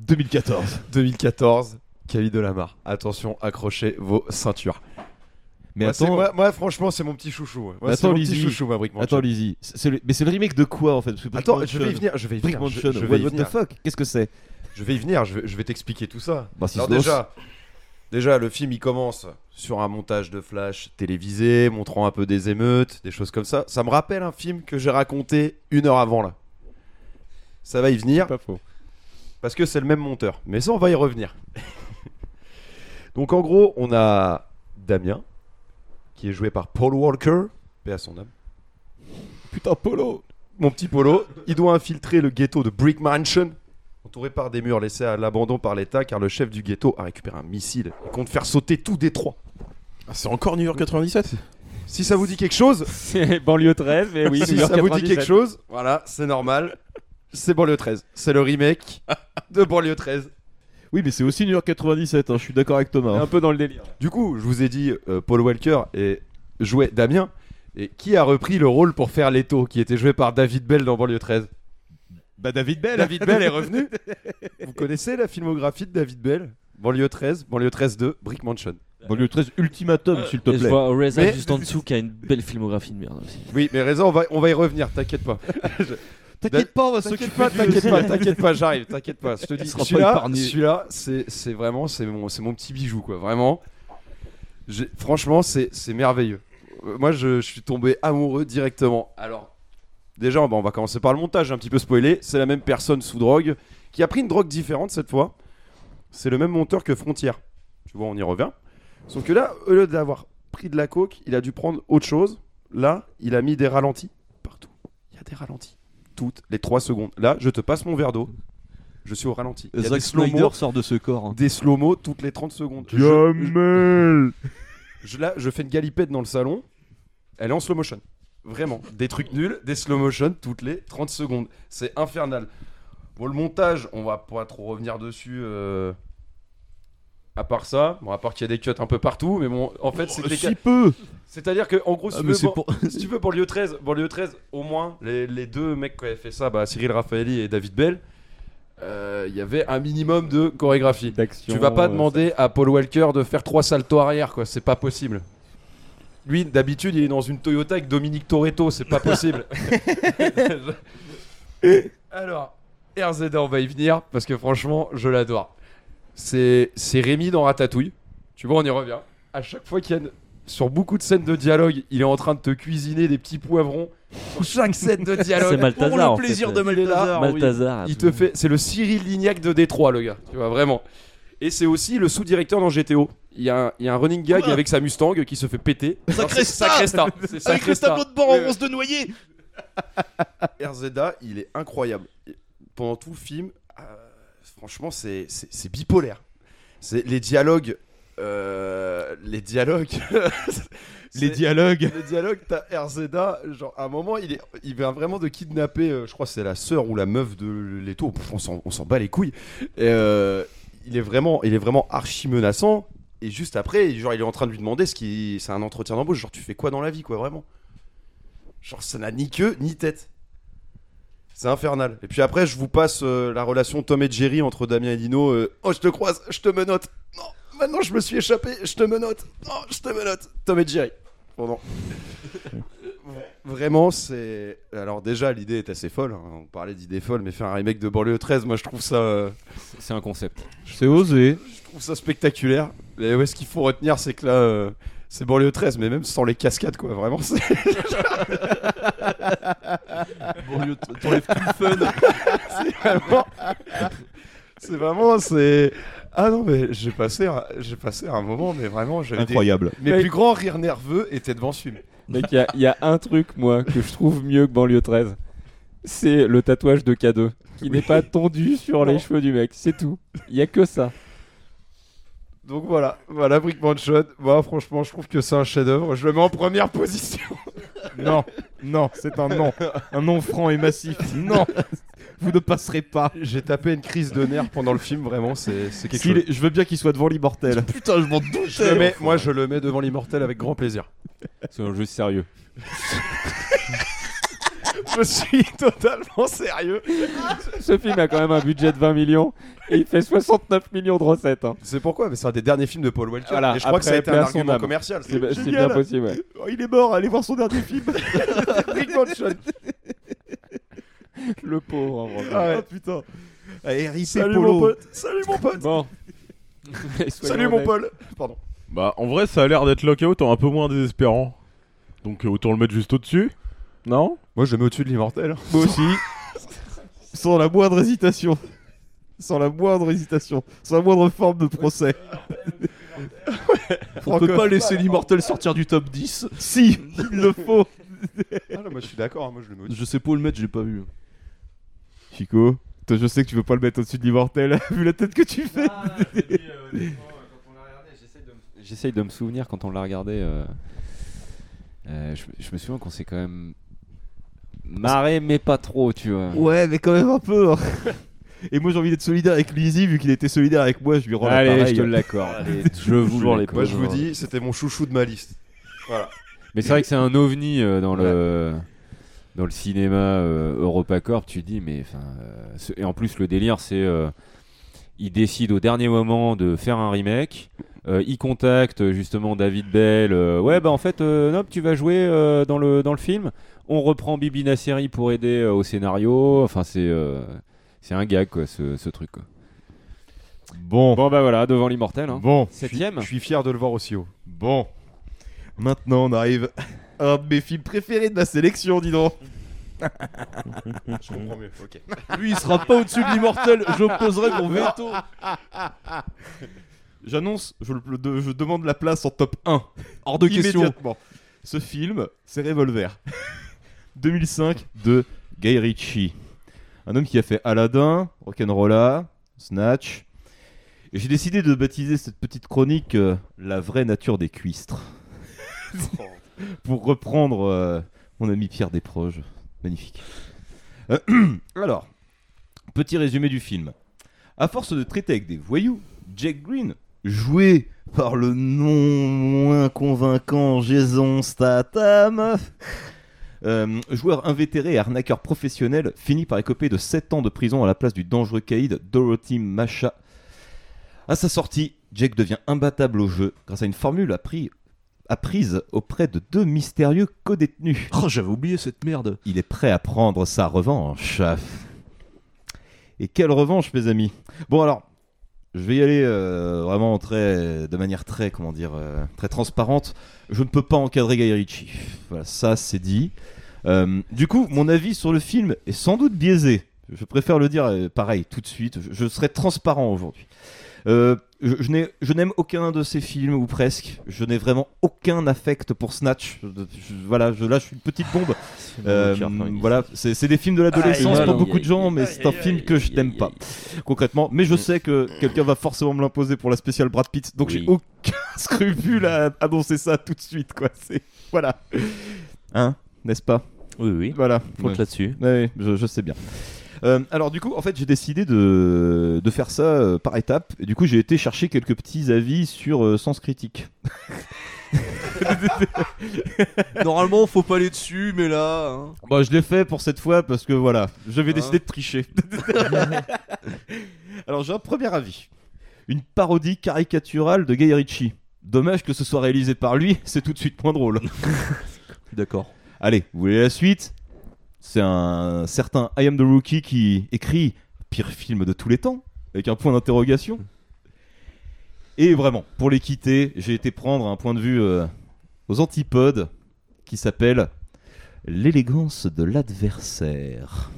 Speaker 11: 2014.
Speaker 12: 2014, Cali de Lamar. Attention, accrochez vos ceintures.
Speaker 11: Mais
Speaker 12: moi, c'est-
Speaker 11: attends-
Speaker 12: moi, moi, franchement, c'est mon petit chouchou. ouais. Moi,
Speaker 11: Mais
Speaker 12: c'est
Speaker 11: attends,
Speaker 12: mon petit
Speaker 11: Lizzy.
Speaker 12: chouchou, ma Brick Mansion.
Speaker 11: Attends, Lizzy. C'est- c'est le- Mais c'est le remake de quoi en fait Parce que Brick
Speaker 12: Attends, je vais y
Speaker 11: Mansion-
Speaker 12: venir, je vais y
Speaker 11: Brick
Speaker 12: venir, je-
Speaker 11: Mansion,
Speaker 12: je
Speaker 11: what-
Speaker 12: vais y
Speaker 11: what
Speaker 12: venir.
Speaker 11: the fuck Qu'est-ce que c'est
Speaker 12: Je vais y venir, je vais, je vais t'expliquer tout ça.
Speaker 11: Bah, si
Speaker 12: Alors
Speaker 11: c'est
Speaker 12: déjà, déjà, le film il commence sur un montage de flash télévisé, montrant un peu des émeutes, des choses comme ça. Ça me rappelle un film que j'ai raconté une heure avant là. Ça va y venir. Pas
Speaker 10: faux.
Speaker 12: Parce que c'est le même monteur. Mais ça, on va y revenir. Donc en gros, on a Damien, qui est joué par Paul Walker, paix à son âme.
Speaker 11: Putain, Polo
Speaker 12: Mon petit Polo, il doit infiltrer le ghetto de Brick Mansion, entouré par des murs laissés à l'abandon par l'État, car le chef du ghetto a récupéré un missile et compte faire sauter tout Détroit.
Speaker 13: c'est encore New York 97
Speaker 12: Si ça vous dit quelque chose,
Speaker 10: c'est banlieue 13, mais oui,
Speaker 12: si
Speaker 10: New York
Speaker 12: ça vous dit
Speaker 10: 97.
Speaker 12: quelque chose, voilà, c'est normal. C'est banlieue 13. C'est le remake de banlieue 13.
Speaker 11: Oui, mais c'est aussi New York 97, hein, je suis d'accord avec Thomas. hein.
Speaker 10: Un peu dans le délire.
Speaker 12: Du coup, je vous ai dit, euh, Paul Walker et jouait Damien. Et qui a repris le rôle pour faire Leto, qui était joué par David Bell dans Banlieue 13
Speaker 11: Bah, David Bell
Speaker 12: David Bell est revenu. Vous connaissez la filmographie de David Bell Banlieue 13, Banlieue 13 2, Brick Mansion.
Speaker 11: Banlieue 13 Ultimatum, s'il te
Speaker 14: Et
Speaker 11: plaît.
Speaker 14: je vois Reza
Speaker 11: Mais-
Speaker 14: juste en dessous qui a une belle filmographie de merde aussi.
Speaker 12: Oui, mais Reza, on va, on va y revenir, t'inquiète pas. Je-
Speaker 14: T'inquiète pas, on va
Speaker 12: T'inquiète
Speaker 14: s'occuper
Speaker 12: pas,
Speaker 14: du
Speaker 12: T'inquiète pas,
Speaker 14: dossier.
Speaker 12: t'inquiète pas, j'arrive, t'inquiète pas. Je te
Speaker 14: Il
Speaker 12: dis,
Speaker 14: sera pas
Speaker 12: celui-là,
Speaker 14: épargné.
Speaker 12: celui-là, c'est c'est vraiment, c'est mon, c'est mon petit bijou, quoi. Vraiment, J'ai- franchement, c'est c'est merveilleux. Euh, Moi, je, je suis tombé amoureux directement. Alors, déjà, bon, on va commencer par le montage, un petit peu spoilé. C'est la même personne sous drogue qui a pris une drogue différente cette fois. C'est le même monteur que Frontière. Tu vois, on y revient. Sauf que là, au lieu d'avoir pris de la coke, il a dû prendre autre chose. Là, il a mis des ralentis partout. Il y a des ralentis toutes les 3 secondes. Là, je te passe mon verre d'eau. Je suis au ralenti. Il y a des
Speaker 15: Zack Snyder
Speaker 12: slow-mo,
Speaker 15: sort de ce corps. hein.
Speaker 12: des slow-mo toutes les 30 secondes. Je- je, là, je fais une galipette dans le salon. Elle est en slow motion. Vraiment. Des trucs nuls, des slow motion toutes les 30 secondes. C'est infernal. Bon, le montage, on va pas trop revenir dessus. euh, À part ça, bon, à part qu'il y a des cuts un peu partout, mais bon, en fait, c'est que les
Speaker 11: si
Speaker 12: ca-
Speaker 11: peu.
Speaker 12: C'est-à-dire que, en gros, si,
Speaker 11: Ah,
Speaker 12: tu,
Speaker 11: mais
Speaker 12: veux,
Speaker 11: c'est
Speaker 12: ban- si tu veux, banlieue 13, banlieue 13, au moins, les, les deux mecs qui avaient fait ça, bah, Cyril Raffaelli et David Bell, euh, il y avait un minimum de chorégraphie. Tu vas pas
Speaker 11: euh,
Speaker 12: demander à Paul Walker de faire trois saltos arrière, quoi. C'est pas possible. Lui, d'habitude, il est dans une Toyota avec Dominique Toretto. C'est pas possible. Alors, RZD, on va y venir parce que franchement, je l'adore. C'est c'est Rémi dans Ratatouille. Tu vois, on y revient. À chaque fois qu'il y a une- sur beaucoup de scènes de dialogue, il est en train de te cuisiner des petits poivrons. Sur chaque scène de dialogue,
Speaker 14: C'est Malthazar,
Speaker 12: pour
Speaker 14: en
Speaker 12: le
Speaker 14: fait.
Speaker 12: plaisir de
Speaker 10: Ah
Speaker 12: Malthazar. oui.
Speaker 14: Malthazar,
Speaker 12: il te fait, c'est le Cyril Lignac de Détroit, le gars. Tu vois vraiment. Et c'est aussi le sous-directeur dans GTO. Il y, a un, il y a un running gag avec sa Mustang qui se fait péter. Sacré Sacresta. C'est
Speaker 9: Avec le
Speaker 12: Sacresta.
Speaker 9: tableau de bord en
Speaker 12: Oui, oui.
Speaker 9: bronze de noyer
Speaker 12: RZA, il est incroyable. Et Pendant tout le film, euh, franchement, c'est c'est- c'est bipolaire. C'est les dialogues. euh, les dialogues.
Speaker 11: Les
Speaker 12: C'est-
Speaker 11: dialogues.
Speaker 12: Les dialogues, t'as RZA, genre à un moment, il, est, il vient vraiment de kidnapper, euh, je crois que c'est la sœur ou la meuf de Leto, Pff, on s'en on s'en bat les couilles. Et, euh, il, est vraiment, il est vraiment archi menaçant. Et juste après, genre, il est en train de lui demander ce qui. C'est un entretien d'embauche, genre, tu fais quoi dans la vie, quoi, vraiment Genre, ça n'a ni queue, ni tête. C'est infernal. Et puis après, je vous passe euh, la relation Tom et Jerry entre Damien et Dino. euh, oh, je te croise, je te menote. Non, maintenant je me suis échappé, je te menote. Non, je te menote. Tom et Jerry. Pendant. Vraiment, c'est. Alors, déjà, l'idée est assez folle. hein. On parlait d'idées folles, mais faire un remake de Banlieue 13, moi je trouve ça.
Speaker 10: C'est un concept.
Speaker 12: C'est osé. Je trouve ça spectaculaire. Mais ouais, ce qu'il faut retenir, c'est que là, euh, c'est Banlieue 13, mais même sans les cascades, quoi. Vraiment, c'est.
Speaker 9: Banlieue 13, t'enlèves tout le fun.
Speaker 12: c'est vraiment. C'est vraiment, c'est. Ah non, mais j'ai passé, un- j'ai passé un moment, mais vraiment, j'avais des-
Speaker 11: Incroyable.
Speaker 12: Mes
Speaker 10: Mec.
Speaker 12: plus grands rires nerveux étaient devant ce film.
Speaker 10: Mec, il y a- il y, a un truc, moi, que je trouve mieux que Banlieue 13. C'est le tatouage de K2 qui n'est pas tendu sur les cheveux du mec. C'est tout. Il y a que ça.
Speaker 12: Donc voilà, voilà Brick Mansion. Moi, franchement, je trouve que c'est un chef-d'œuvre. Je le mets en première position.
Speaker 16: Non, non, c'est un non. Un non franc et massif. Non, vous ne passerez pas.
Speaker 12: J'ai tapé une crise de nerfs pendant le film, vraiment, c'est c'est quelque
Speaker 16: S'il
Speaker 12: chose.
Speaker 16: est- je veux bien qu'il soit devant l'immortel.
Speaker 12: Putain, je m'en doute.
Speaker 16: hein.
Speaker 12: moi, je le mets devant l'immortel avec grand plaisir.
Speaker 10: C'est un jeu sérieux.
Speaker 12: je suis totalement sérieux.
Speaker 10: Ce film a quand même un budget de 20 millions et il fait 69 millions de recettes. hein.
Speaker 12: C'est pourquoi, mais c'est un des derniers films de Paul Walker.
Speaker 10: Voilà,
Speaker 12: et je crois que
Speaker 10: après,
Speaker 12: ça a été
Speaker 10: paix
Speaker 12: un
Speaker 10: à son
Speaker 12: argument
Speaker 10: âme.
Speaker 12: commercial.
Speaker 10: C'est- c'est
Speaker 12: Génial.
Speaker 10: bien possible, ouais.
Speaker 16: Oh, il est mort, allez voir son dernier film.
Speaker 12: Brick Mansion.
Speaker 10: Le pauvre, en vrai.
Speaker 16: Ah ouais. putain. Allez,
Speaker 12: Salut
Speaker 16: Polo.
Speaker 12: mon pote. Salut mon pote.
Speaker 10: Bon.
Speaker 12: Salut mon Paul. Pardon.
Speaker 13: Bah, en vrai, ça a l'air d'être Lockout en un peu moins désespérant. Donc, euh, autant le mettre juste au-dessus. Non
Speaker 12: Moi, je le mets au-dessus de l'immortel.
Speaker 16: Moi aussi. Sans la moindre hésitation. Sans la moindre hésitation. Sans la moindre forme de procès.
Speaker 15: On peut pas laisser l'immortel sortir du top 10.
Speaker 16: Si, il le faut.
Speaker 12: Ah, moi, je suis d'accord. hein, Moi, je le mets
Speaker 15: Je sais pas où le mettre, j'ai pas vu.
Speaker 16: Chico, toi, je sais que tu veux pas le mettre au-dessus de l'immortel, vu la tête que tu fais.
Speaker 10: Ah, euh, J'essaye de me souvenir quand on l'a regardé. euh, euh, je, je me souviens qu'on s'est quand même marré, mais pas trop, tu vois.
Speaker 16: Ouais, mais quand même un peu. hein. Et moi j'ai envie d'être solidaire avec Lizzie, vu qu'il était solidaire avec moi, je lui rends
Speaker 10: Allez,
Speaker 16: l'appareil.
Speaker 10: je te l'accorde. Allez, je vous
Speaker 16: Toujours
Speaker 10: l'accorde.
Speaker 12: Moi, je vous dis, c'était mon chouchou de ma liste. Voilà.
Speaker 10: Mais c'est vrai que c'est un ovni euh, dans le dans le cinéma euh, EuropaCorp. Tu te dis, mais enfin, euh, ce- et en plus le délire, c'est euh, il décide au dernier moment de faire un remake. Euh, il contacte euh, justement David Bell. euh, ouais, bah en fait, euh, Nope, tu vas jouer euh, dans, le, dans le film. On reprend Bibi Nasseri pour aider euh, au scénario. Enfin, c'est euh, c'est un gag, quoi, ce, ce truc. Quoi.
Speaker 11: Bon.
Speaker 10: Bon, bah voilà, devant l'immortel. Hein.
Speaker 11: Bon.
Speaker 10: Septième.
Speaker 12: Je suis fier de le voir aussi haut.
Speaker 11: Bon. Maintenant, on arrive à un de mes films préférés de la sélection, dis donc.
Speaker 12: Je comprends mieux, ok.
Speaker 11: Lui, il sera pas au-dessus de l'immortel. Je poserai mon veto. J'annonce, je, le- de- je demande la place en top 1. Hors de question.
Speaker 16: Immédiatement.
Speaker 11: Ce film, c'est Revolver. 2005 de Guy Ritchie. Un homme qui a fait Aladdin, Rock'n'Rolla, Snatch. Et j'ai décidé de baptiser cette petite chronique euh, La vraie nature des cuistres. Pour reprendre euh, mon ami Pierre Desproges. Magnifique. Euh, alors, petit résumé du film. À force de traiter avec des voyous, Jack Green, joué par le non moins convaincant Jason Statham, euh, joueur invétéré et arnaqueur professionnel, finit par écoper de 7 ans de prison à la place du dangereux caïd Dorothy Macha. À sa sortie, Jack devient imbattable au jeu grâce à une formule appris- apprise auprès de deux mystérieux codétenus. Oh, j'avais oublié cette merde. Il est prêt à prendre sa revanche. Et quelle revanche, mes amis. Bon alors, je vais y aller euh, vraiment très, de manière très, comment dire, euh, très transparente. Je ne peux pas encadrer Guy Ritchie. Voilà, ça c'est dit. Euh, du coup, mon avis sur le film est sans doute biaisé. Je préfère le dire euh, pareil tout de suite. Je, je serai transparent aujourd'hui. Euh, je, je n'ai- je n'aime aucun de ces films ou presque. Je n'ai vraiment aucun affect pour Snatch. Je- je- voilà, je lâche une petite bombe. Euh, voilà, c'est c'est des films de l'adolescence
Speaker 16: Aïe,
Speaker 11: pour
Speaker 16: aïe,
Speaker 11: beaucoup
Speaker 16: aïe,
Speaker 11: de gens, mais
Speaker 16: aïe,
Speaker 11: c'est un
Speaker 16: aïe,
Speaker 11: film que je n'aime pas concrètement. Mais
Speaker 15: Mm.
Speaker 11: je sais que quelqu'un va forcément me l'imposer pour la spéciale Brad Pitt, donc j'ai aucun scrupule à annoncer ça tout de suite, quoi. C'est voilà, hein, n'est-ce pas Oui, oui. Voilà.
Speaker 14: Compte là-dessus.
Speaker 11: Ouais, je, je sais bien. Euh, alors du coup, en fait, j'ai décidé de, de faire ça euh, par étapes. Et du coup, j'ai été chercher quelques petits avis sur euh, Sens Critique.
Speaker 15: Normalement, faut pas aller dessus, mais là. hein.
Speaker 11: Bon, Bah, je l'ai fait pour cette fois parce que voilà, j'avais décidé de tricher. Alors, j'ai un premier avis. Une parodie caricaturale de Guy Ritchie. Dommage que ce soit réalisé par lui, c'est tout de suite moins drôle. D'accord. Allez, vous voulez la suite C'est un certain I Am the Rookie qui écrit Pire film de tous les temps Avec un point d'interrogation. Et vraiment, pour les quitter, j'ai été prendre un point de vue euh, aux antipodes qui s'appelle L'élégance de l'adversaire.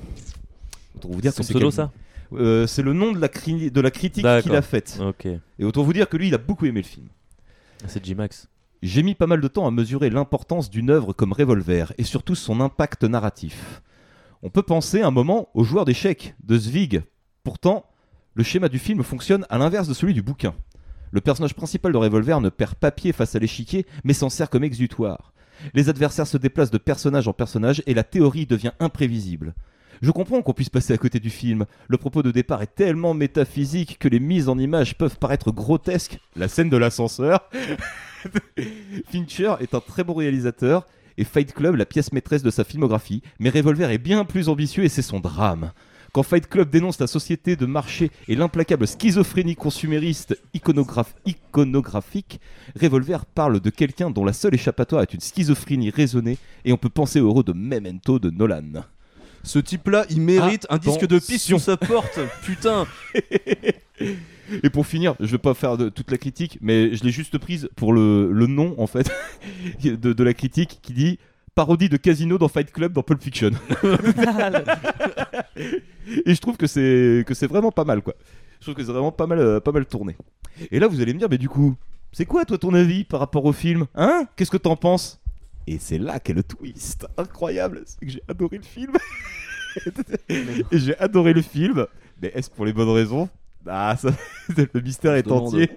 Speaker 11: Autant vous dire
Speaker 14: C'est
Speaker 11: que
Speaker 14: son pseudo,
Speaker 11: quel-
Speaker 14: ça
Speaker 11: Euh, C'est le nom de la, cri- de la critique qu'il a
Speaker 14: D'accord.
Speaker 11: faite.
Speaker 14: Ok.
Speaker 11: Et autant vous dire que lui, il a beaucoup aimé le film. C'est G-Max. J'ai mis pas mal de temps à mesurer l'importance d'une œuvre comme Revolver et surtout son impact narratif. On peut penser un moment au joueur d'échecs de Zvig. Pourtant, le schéma du film fonctionne à l'inverse de celui du bouquin. Le personnage principal de Revolver ne perd pas pied face à l'échiquier, mais s'en sert comme exutoire. Les adversaires se déplacent de personnage en personnage et la théorie devient imprévisible. Je comprends qu'on puisse passer à côté du film. Le propos de départ est tellement métaphysique que les mises en images peuvent paraître grotesques. La scène de l'ascenseur. Fincher est un très bon réalisateur et Fight Club la pièce maîtresse de sa filmographie, mais Revolver est bien plus ambitieux et c'est son drame. Quand Fight Club dénonce la société de marché et l'implacable schizophrénie consumériste iconograph- iconographique, Revolver parle de quelqu'un dont la seule échappatoire est une schizophrénie raisonnée et on peut penser au héros de Memento de Nolan. Ce type-là, il
Speaker 15: Mérite
Speaker 12: Ah,
Speaker 15: un disque de piste sur Ah, sa porte. Putain.
Speaker 11: et pour finir, je vais pas faire de- toute la critique, mais je l'ai juste prise pour le, le nom en fait de, de la critique qui dit parodie de casino dans Fight Club dans Pulp Fiction. et je trouve que c'est que c'est vraiment pas mal quoi. Je trouve que c'est vraiment pas mal euh, pas mal tourné. Et là vous allez me dire mais du coup c'est quoi toi ton avis par rapport au film Hein Qu'est-ce que t'en penses Et c'est là qu'est le twist incroyable, c'est que j'ai adoré le film. Et j'ai adoré le film, mais est-ce pour les bonnes raisons Ah, ça, le mystère est
Speaker 15: demande.
Speaker 11: entier.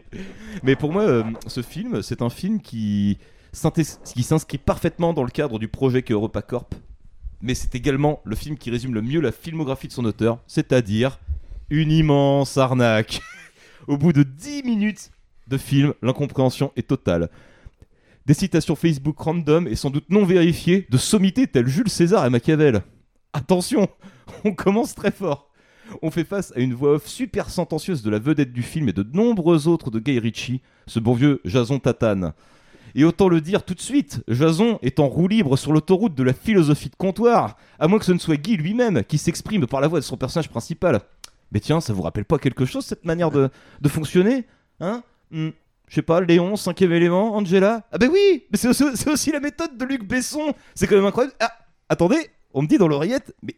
Speaker 11: Mais pour moi, euh, ce film, c'est un film qui synthés- qui s'inscrit parfaitement dans le cadre du projet que EuropaCorp. Mais c'est également le film qui résume le mieux la filmographie de son auteur, c'est-à-dire une immense arnaque. Au bout de 10 minutes de film, l'incompréhension est totale. Des citations Facebook random et sans doute non vérifiées de sommités telles Jules César et Machiavel. Attention, on commence très fort. on fait face à une voix off super sentencieuse de la vedette du film et de nombreux autres de Guy Ritchie, ce bon vieux Jason Tatane. Et autant le dire tout de suite, Jason est en roue libre sur l'autoroute de la philosophie de comptoir, à moins que ce ne soit Guy lui-même qui s'exprime par la voix de son personnage principal. Mais tiens, ça vous rappelle pas quelque chose cette manière de, de fonctionner Hein Hmm, Je sais pas, Léon, cinquième élément, Angela Ah ben oui Mais c'est aussi, c'est aussi la méthode de Luc Besson C'est quand même incroyable Ah Attendez, on me dit dans l'oreillette, mais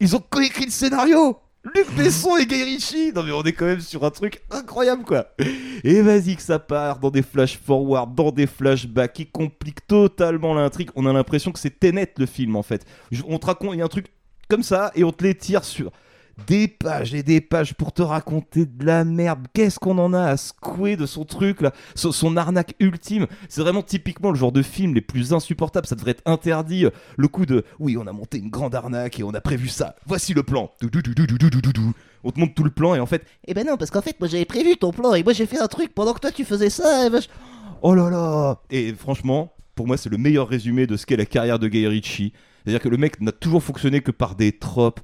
Speaker 11: ils ont coécrit le scénario Luc Besson et Guy Ritchie Non mais on est quand même sur un truc incroyable quoi Et vas-y que ça part dans des flash forward, dans des flashbacks qui compliquent totalement l'intrigue. On a l'impression que c'est Tenet le film en fait. Je- on te raconte, il y a un truc comme ça et on te les tire sur des pages et des pages pour te raconter de la merde. Qu'est-ce qu'on en a à secouer de son truc là, son, son arnaque ultime. C'est vraiment typiquement le genre de film les plus insupportables. Ça devrait être interdit. euh, Le coup de oui, on a monté une grande arnaque et on a prévu ça. Voici le plan. Dou, dou, dou, dou, dou, dou, dou, dou, dou. On te montre tout le plan et en fait,
Speaker 9: Eh ben non, parce qu'en fait, moi j'avais prévu ton plan et moi j'ai fait un truc pendant que toi tu faisais ça. Et ben, je-
Speaker 11: Oh là là Et franchement, pour moi, c'est le meilleur résumé de ce qu'est la carrière de Guy Ritchie. C'est-à-dire que le mec n'a toujours fonctionné que par des tropes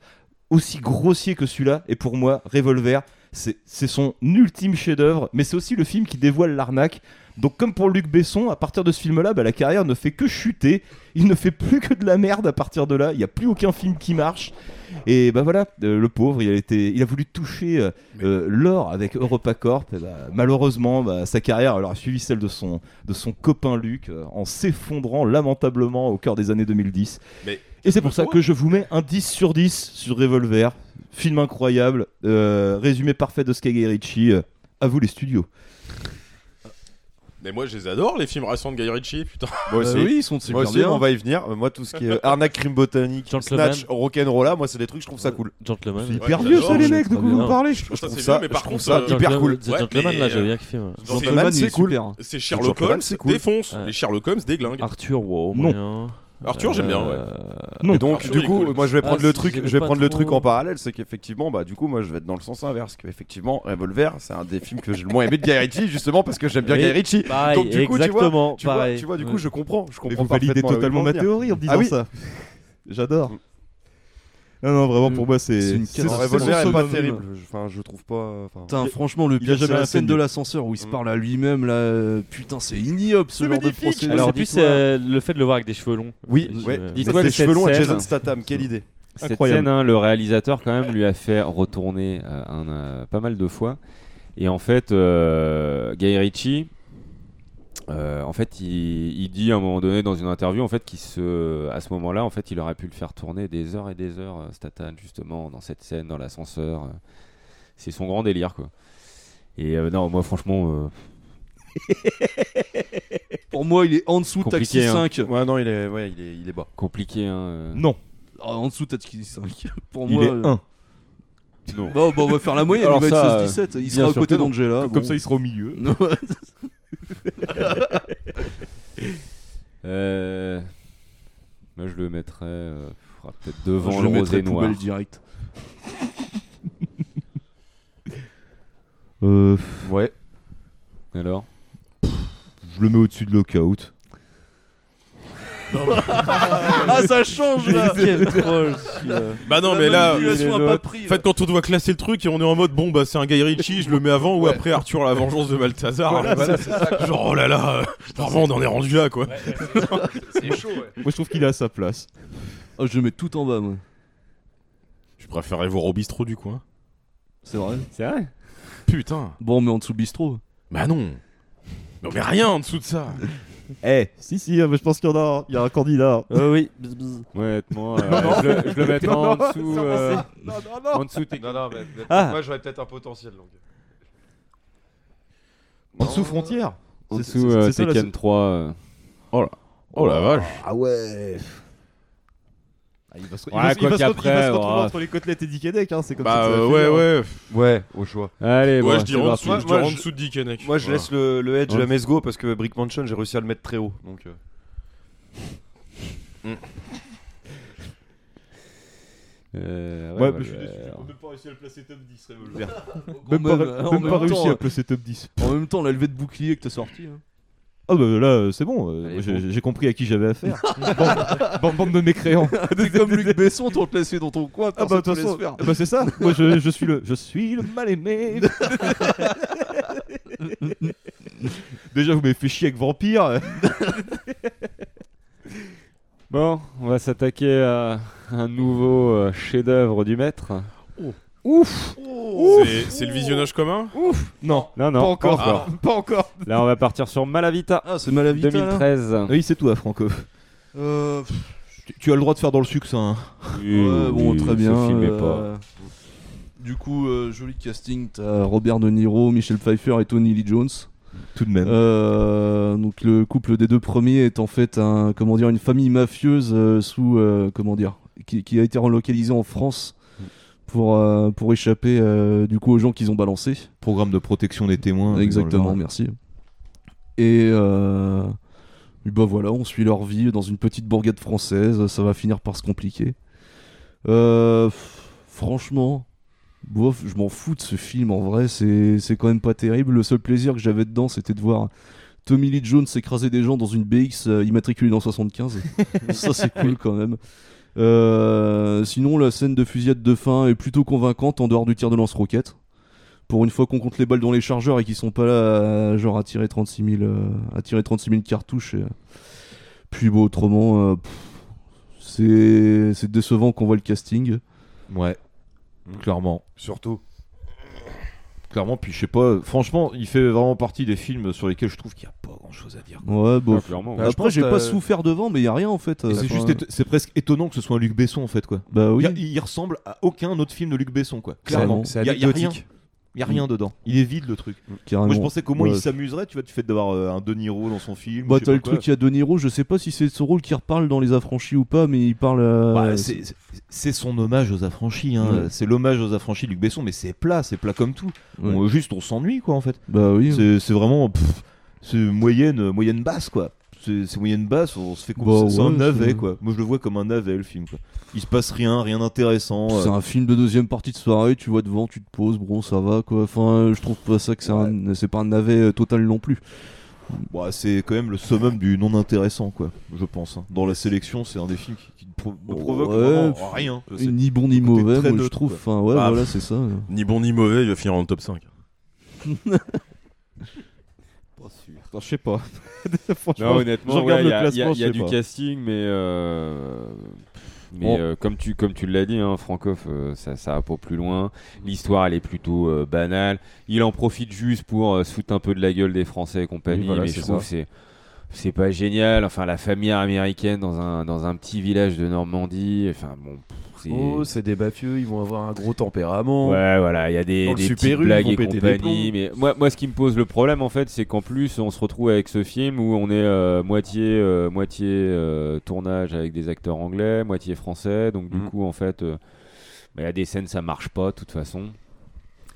Speaker 11: aussi grossiers que celui-là. Et pour moi, Revolver, c'est c'est son ultime chef-d'œuvre, mais c'est aussi le film qui dévoile l'arnaque. Donc, comme pour Luc Besson, à partir de ce film-là, bah, la carrière ne fait que chuter. Il ne fait plus que de la merde à partir de là. Il n'y a plus aucun film qui marche. Et bah voilà, euh, le pauvre, il a, été, il a voulu toucher euh, euh, l'or avec EuropaCorp. Et bah, malheureusement, bah, sa carrière alors, a suivi celle de son, de son copain Luc euh, en s'effondrant lamentablement au cœur des années 2010.
Speaker 6: Mais-
Speaker 11: Et c'est pour ça que je vous mets un 10 sur 10 sur Revolver. Film incroyable, euh, résumé parfait de Sky Ritchie. Euh, à vous les studios.
Speaker 6: Mais moi, je les adore, les films récents de Guy Ritchie, putain.
Speaker 12: Moi aussi, Bah moi aussi, on va y venir. Euh, Moi, tout ce qui est euh, arnaque, crime botanique,
Speaker 6: Gentleman.
Speaker 12: snatch, rock'n'roll, moi, c'est des trucs, je trouve ça cool.
Speaker 10: Gentleman.
Speaker 12: C'est
Speaker 10: hyper vieux, ça, les mecs, de quoi vous parlez
Speaker 12: Je
Speaker 10: Ça,
Speaker 12: trouve
Speaker 10: c'est
Speaker 12: ça,
Speaker 10: vieux, mais
Speaker 12: je
Speaker 10: par
Speaker 12: trouve
Speaker 10: contre,
Speaker 12: ça
Speaker 10: euh,
Speaker 12: hyper cool.
Speaker 10: The Gentleman, là, j'avais bien kiffé, ouais.
Speaker 12: Gentleman, c'est cool.
Speaker 6: C'est Sherlock
Speaker 12: Gentleman,
Speaker 6: Holmes,
Speaker 12: c'est cool.
Speaker 6: défonce. Les Sherlock Holmes déglingue.
Speaker 10: Arthur, wow, moyen.
Speaker 6: Arthur, j'aime bien, ouais.
Speaker 10: Euh,
Speaker 12: Non. Et donc,
Speaker 6: Arthur,
Speaker 12: du
Speaker 6: il est
Speaker 12: coup,
Speaker 6: cool.
Speaker 12: moi, je vais
Speaker 6: Ah,
Speaker 12: prendre le
Speaker 6: si,
Speaker 12: truc.
Speaker 6: j'aimais
Speaker 12: Je vais
Speaker 6: pas
Speaker 12: prendre le
Speaker 6: trop.
Speaker 12: truc en parallèle, c'est qu'effectivement, bah, du coup, moi, je vais être dans le sens inverse. Que effectivement, Revolver, c'est un des films que j'ai le moins aimé de Guy Ritchie, justement parce que j'aime bien
Speaker 10: Oui,
Speaker 12: Guy Ritchie.
Speaker 10: pareil,
Speaker 12: Donc, du coup, tu vois-
Speaker 10: exactement,
Speaker 12: tu vois, tu vois,
Speaker 10: pareil.
Speaker 12: du coup,
Speaker 10: Ouais.
Speaker 12: je comprends. Je
Speaker 11: Et
Speaker 12: comprends
Speaker 11: vous validez
Speaker 12: parfaitement là où
Speaker 11: totalement
Speaker 12: ils
Speaker 11: ma
Speaker 12: vont
Speaker 11: théorie en
Speaker 12: venir.
Speaker 11: disant
Speaker 12: Ah oui.
Speaker 11: ça. J'adore. Non, non, vraiment, pour moi, c'est.
Speaker 12: C'est une
Speaker 11: c'est-
Speaker 12: catastrophe.
Speaker 11: c'est
Speaker 12: Revolver
Speaker 11: son
Speaker 12: est pas
Speaker 11: summum.
Speaker 12: terrible. Je- Enfin, je trouve pas. enfin-
Speaker 2: Putain, franchement, le
Speaker 12: Il a
Speaker 2: pire, c'est
Speaker 12: jamais
Speaker 2: la
Speaker 12: assez
Speaker 2: scène de
Speaker 12: mieux.
Speaker 2: l'ascenseur où il se parle à lui-même, là. euh, Putain, c'est ignoble ce
Speaker 12: C'est
Speaker 2: genre de
Speaker 12: magnifique.
Speaker 2: procédé.
Speaker 10: Alors, c'est plus euh, le fait de le voir avec des cheveux longs.
Speaker 12: Oui,
Speaker 10: Des
Speaker 12: ouais.
Speaker 10: cheveux-
Speaker 12: Dis-toi que
Speaker 10: Cette
Speaker 12: cheveux longs à
Speaker 10: scène-
Speaker 12: Jason Statham, quelle idée.
Speaker 10: Cette
Speaker 12: Incroyable.
Speaker 10: scène, hein, le réalisateur quand même lui a fait retourner euh, un, euh, pas mal de fois. Et en fait, euh, Guy Ritchie, euh, en fait, il, il dit à un moment donné dans une interview, en fait, qu'il se, à ce moment-là, en fait, il aurait pu le faire tourner des heures et des heures, euh, Statham justement dans cette scène, dans l'ascenseur. euh. c'est son grand délire, quoi. Et euh, non, moi, franchement.
Speaker 2: Pour moi, il est en dessous de Taxi 5.
Speaker 12: Ouais, non, il est, ouais, il est, il est bas.
Speaker 10: Compliqué, hein. euh.
Speaker 11: Non.
Speaker 2: Ah, en dessous de Taxi 5. Pour
Speaker 10: Il
Speaker 2: moi.
Speaker 10: est
Speaker 2: euh,
Speaker 10: un.
Speaker 2: Bon, bah, on va faire la moyenne,
Speaker 10: Alors
Speaker 2: il va
Speaker 10: ça,
Speaker 2: être 16-17.
Speaker 10: bien
Speaker 2: Il sera à
Speaker 10: sûr
Speaker 2: côté
Speaker 10: que non.
Speaker 2: d'Angela.
Speaker 10: Comme
Speaker 2: bon.
Speaker 10: ça, il sera au milieu.
Speaker 2: Non.
Speaker 10: Euh, Moi, je le mettrais euh, ah, peut-être devant
Speaker 2: Je
Speaker 10: le,
Speaker 2: le mettrais
Speaker 10: rosé noir.
Speaker 2: poubelle direct.
Speaker 11: Euh,
Speaker 10: Ouais. Alors
Speaker 11: je le mets au-dessus de Lockout.
Speaker 2: ah, ça change là
Speaker 6: Bah non,
Speaker 2: La
Speaker 6: mais là,
Speaker 2: manipulation a pas de prix,
Speaker 6: en fait, quand on doit classer le truc et on est en mode bon, bah c'est un Guy Ritchie, je le mets avant ou après Arthur la vengeance de
Speaker 2: hein.
Speaker 6: Balthazar.
Speaker 17: Voilà,
Speaker 6: Voilà,
Speaker 17: c'est ça, quoi.
Speaker 6: Genre, oh là là, euh,
Speaker 17: Putain,
Speaker 6: vraiment, on
Speaker 17: c'est-
Speaker 6: en est rendu là quoi.
Speaker 17: Ouais, ouais, c'est- c'est chaud, ouais.
Speaker 11: Moi, je trouve qu'il est à sa place.
Speaker 2: Ah, je le mets tout en bas, moi.
Speaker 6: Je préférerais voir au bistrot du coin.
Speaker 2: C'est vrai
Speaker 10: C'est vrai
Speaker 6: Putain.
Speaker 2: Bon, mais en dessous de bistrot.
Speaker 6: Bah non. Mais on met rien en dessous de ça.
Speaker 11: Eh, si, si, euh, je pense qu'il y en a un. Il y a un candidat.
Speaker 10: oui. Honnêtement, euh,
Speaker 12: Non, non.
Speaker 10: je, le- je le mettrais en
Speaker 12: Non, non,
Speaker 10: dessous.
Speaker 12: ça,
Speaker 10: euh,
Speaker 12: c'est- non, non, non.
Speaker 10: En dessous, t'es-
Speaker 12: Non, non, mais- mais
Speaker 10: Ah.
Speaker 12: moi, j'aurais peut-être un potentiel. donc.
Speaker 11: En dessous frontière. C'est-
Speaker 10: En dessous,
Speaker 11: c'est-
Speaker 10: euh,
Speaker 11: c'est ça, la-
Speaker 10: Tekken 3. euh. Oh là. Oh la vache.
Speaker 11: Ah ouais. Ah, il va se, il
Speaker 10: Ouais,
Speaker 11: va se- il
Speaker 10: quoi
Speaker 11: va se-
Speaker 10: qu'après,
Speaker 11: il va se retrouver
Speaker 10: ouais.
Speaker 11: entre les côtelettes et Dick et Deck, hein,
Speaker 10: Oh,
Speaker 11: c'est comme
Speaker 6: Bah,
Speaker 11: ça. que ça va
Speaker 6: euh,
Speaker 11: finir.
Speaker 6: ouais, ouais.
Speaker 12: Ouais, au choix.
Speaker 6: Ouais,
Speaker 10: Allez, bon,
Speaker 6: je dirais
Speaker 10: c'est
Speaker 6: en
Speaker 10: parti.
Speaker 6: dessous, je dirais en dessous de Dick Henneck.
Speaker 12: Moi, je
Speaker 6: Voilà.
Speaker 12: laisse le, le edge
Speaker 10: Ouais.
Speaker 12: à Mesgo parce que Brick Mansion, j'ai réussi à le mettre très haut. Donc, euh.
Speaker 10: Euh,
Speaker 11: Ouais,
Speaker 10: bah,
Speaker 11: mais je suis
Speaker 10: bah,
Speaker 11: déçu,
Speaker 10: alors.
Speaker 11: on n'a pas réussi à le placer top 10, Revolver.
Speaker 2: Même,
Speaker 11: Même pas,
Speaker 2: euh, en
Speaker 11: même
Speaker 2: même
Speaker 11: pas
Speaker 2: temps,
Speaker 11: réussi
Speaker 2: euh,
Speaker 11: à placer top 10.
Speaker 2: En même temps, la levée de bouclier que t'as sorti. hein.
Speaker 11: Ah bah là, euh, c'est bon, euh, j'ai j'ai compris à qui j'avais affaire. bande, bande- bande de mécréants.
Speaker 15: T'es comme Luc Besson, toi, te laisser dans ton coin.
Speaker 11: Ah bah
Speaker 15: personne
Speaker 11: de toute
Speaker 15: te
Speaker 11: façon,
Speaker 15: laisse faire.
Speaker 11: bah, c'est ça. Moi je, je suis le, je suis le mal aimé. Déjà vous m'avez fait chier avec vampire.
Speaker 10: Bon, on va s'attaquer à un nouveau euh, chef-d'œuvre du maître.
Speaker 16: Ouf
Speaker 13: C'est- C'est le visionnage commun
Speaker 16: Ouf
Speaker 10: Non, non,
Speaker 16: Pas encore.
Speaker 10: Pas encore.
Speaker 16: Pas encore.
Speaker 10: Là, on va partir sur Malavita.
Speaker 16: Ah, c'est Malavita, là
Speaker 10: 2013.
Speaker 11: Ah Oui, c'est tout à Franco.
Speaker 9: Euh, pff,
Speaker 11: Tu, tu as le droit de faire dans le hein. succinct.
Speaker 9: ouais, bon, très bien.
Speaker 11: filmez
Speaker 9: euh, Du coup, euh, joli casting. T'as Robert De Niro, Michel Pfeiffer et Tony Lee Jones. Euh,
Speaker 11: Tout de même.
Speaker 9: donc le couple des deux premiers est en fait un, comment dire, une famille mafieuse euh, sous euh, comment dire, qui, qui a été relocalisée en France pour euh, pour échapper euh, du coup aux gens qu'ils ont balancés.
Speaker 11: Programme de protection des témoins.
Speaker 9: Exactement, merci. Et euh, et bah voilà, on suit leur vie dans une petite bourgade française, ça va finir par se compliquer. Euh, f- franchement, bof, je m'en fous de ce film en vrai, c'est c'est quand même pas terrible. Le seul plaisir que j'avais dedans, c'était de voir Tommy Lee Jones écraser des gens dans une BX euh, immatriculée dans 75. ça, c'est cool quand même. Euh, sinon, la scène de fusillade de fin est plutôt convaincante en dehors du tir de lance-roquette. Pour une fois qu'on compte les balles dans les chargeurs et qu'ils sont pas là, à, genre à tirer 36 000, euh, à tirer 36 000 cartouches. et, euh, Puis bon, autrement, euh, pff, c'est c'est décevant qu'on voit le casting.
Speaker 11: Ouais. Clairement.
Speaker 12: Surtout.
Speaker 11: Clairement, puis je sais pas, franchement, il fait vraiment partie des films sur lesquels je trouve qu'il y a pas grand chose à dire.
Speaker 9: Ouais, bon. Bah, Après, j'ai
Speaker 12: euh,
Speaker 9: pas souffert devant, mais il y a rien en fait.
Speaker 11: Et
Speaker 9: euh,
Speaker 11: C'est
Speaker 9: enfin,
Speaker 11: juste, éto- c'est presque étonnant que ce soit un Luc Besson en fait quoi.
Speaker 9: Bah oui.
Speaker 11: Il y a- Il, ressemble à aucun autre film de Luc Besson quoi.
Speaker 9: C'est-
Speaker 11: Clairement.
Speaker 9: Ah, c'est
Speaker 11: il y a, il y a rien.
Speaker 9: anecdotique.
Speaker 11: Il y a rien
Speaker 9: Mm.
Speaker 11: dedans. Il est vide le truc.
Speaker 9: Carrément.
Speaker 11: Moi je pensais qu'au moins
Speaker 9: Ouais.
Speaker 11: il s'amuserait, tu vois, du fait d'avoir euh, un De Niro dans son film. ou
Speaker 9: Bah
Speaker 11: je sais
Speaker 9: t'as
Speaker 11: pas
Speaker 9: le
Speaker 11: quoi.
Speaker 9: truc, il y a De Niro, je sais pas si c'est son rôle qui reparle dans Les Affranchis ou pas, mais il parle. euh,
Speaker 11: Bah, c'est- c'est- c'est son hommage aux affranchis, hein.
Speaker 9: Ouais.
Speaker 11: c'est l'hommage aux affranchis de Luc Besson, mais c'est plat, c'est plat comme tout.
Speaker 9: Ouais.
Speaker 11: On- juste on s'ennuie quoi en fait.
Speaker 9: Bah oui.
Speaker 11: C'est c'est vraiment pff, c'est moyenne, euh, moyenne basse quoi. C'est c'est moyenne basse, on se fait
Speaker 9: Bah
Speaker 11: confiance. c'est un
Speaker 9: ouais,
Speaker 11: navet
Speaker 9: c'est-
Speaker 11: quoi. Moi je le vois comme un navet le film quoi. Il se passe rien, rien d'intéressant.
Speaker 9: C'est
Speaker 11: euh,
Speaker 9: un film de deuxième partie de soirée, tu vois devant, tu te poses, bon ça va quoi. Enfin, euh, je trouve pas ça que c'est un- c'est pas un navet euh, total non plus.
Speaker 11: bah, c'est quand même le summum du non intéressant quoi, je pense. hein. Dans la sélection, c'est un des films qui, qui ne pro- ne provoque
Speaker 9: Ouais,
Speaker 6: Oh,
Speaker 11: vraiment
Speaker 9: pff,
Speaker 11: rien. Euh, c'est-
Speaker 9: Ni bon ni
Speaker 11: côté
Speaker 9: mauvais,
Speaker 11: très
Speaker 9: moi, je
Speaker 11: neutre,
Speaker 9: trouve.
Speaker 11: quoi.
Speaker 9: Enfin, ouais,
Speaker 11: Bah,
Speaker 9: voilà, c'est ça. euh.
Speaker 18: Ni bon ni mauvais, il va finir en top 5.
Speaker 11: Attends, je sais pas.
Speaker 10: Non, honnêtement,
Speaker 11: je regarde
Speaker 10: ouais,
Speaker 11: le
Speaker 10: il y a- il y a,
Speaker 11: classement,
Speaker 10: il y a
Speaker 11: je sais
Speaker 10: du
Speaker 11: pas.
Speaker 10: casting, mais, euh, mais
Speaker 11: Bon.
Speaker 10: euh, comme tu, comme tu l'as dit, hein, Francoff, euh, ça, ça va pas plus loin. L'histoire, elle est plutôt euh, banale. Il en profite juste pour euh, se foutre un peu de la gueule des Français et compagnie,
Speaker 14: Oui, voilà,
Speaker 10: mais
Speaker 14: c'est
Speaker 10: je trouve
Speaker 14: ça.
Speaker 10: c'est c'est pas génial. Enfin, la famille américaine dans un, dans un petit village de Normandie, enfin bon, pff, c'est...
Speaker 12: Oh, c'est des bafieux, ils vont avoir un gros tempérament.
Speaker 10: Ouais, voilà, il y a
Speaker 12: Dans
Speaker 10: des,
Speaker 12: le
Speaker 10: des
Speaker 12: Super
Speaker 10: petites
Speaker 12: U, ils
Speaker 10: blagues
Speaker 12: vont
Speaker 10: et
Speaker 12: péter des
Speaker 10: compagnie.
Speaker 12: plombs.
Speaker 10: Mais moi, moi, ce qui me pose le problème, en fait, c'est qu'en plus, on se retrouve avec ce film où on est euh, moitié, euh, moitié euh, tournage avec des acteurs anglais, moitié français. Donc,
Speaker 12: Mm.
Speaker 10: du coup, en fait, euh, bah, il y a des scènes, ça marche pas, de toute façon.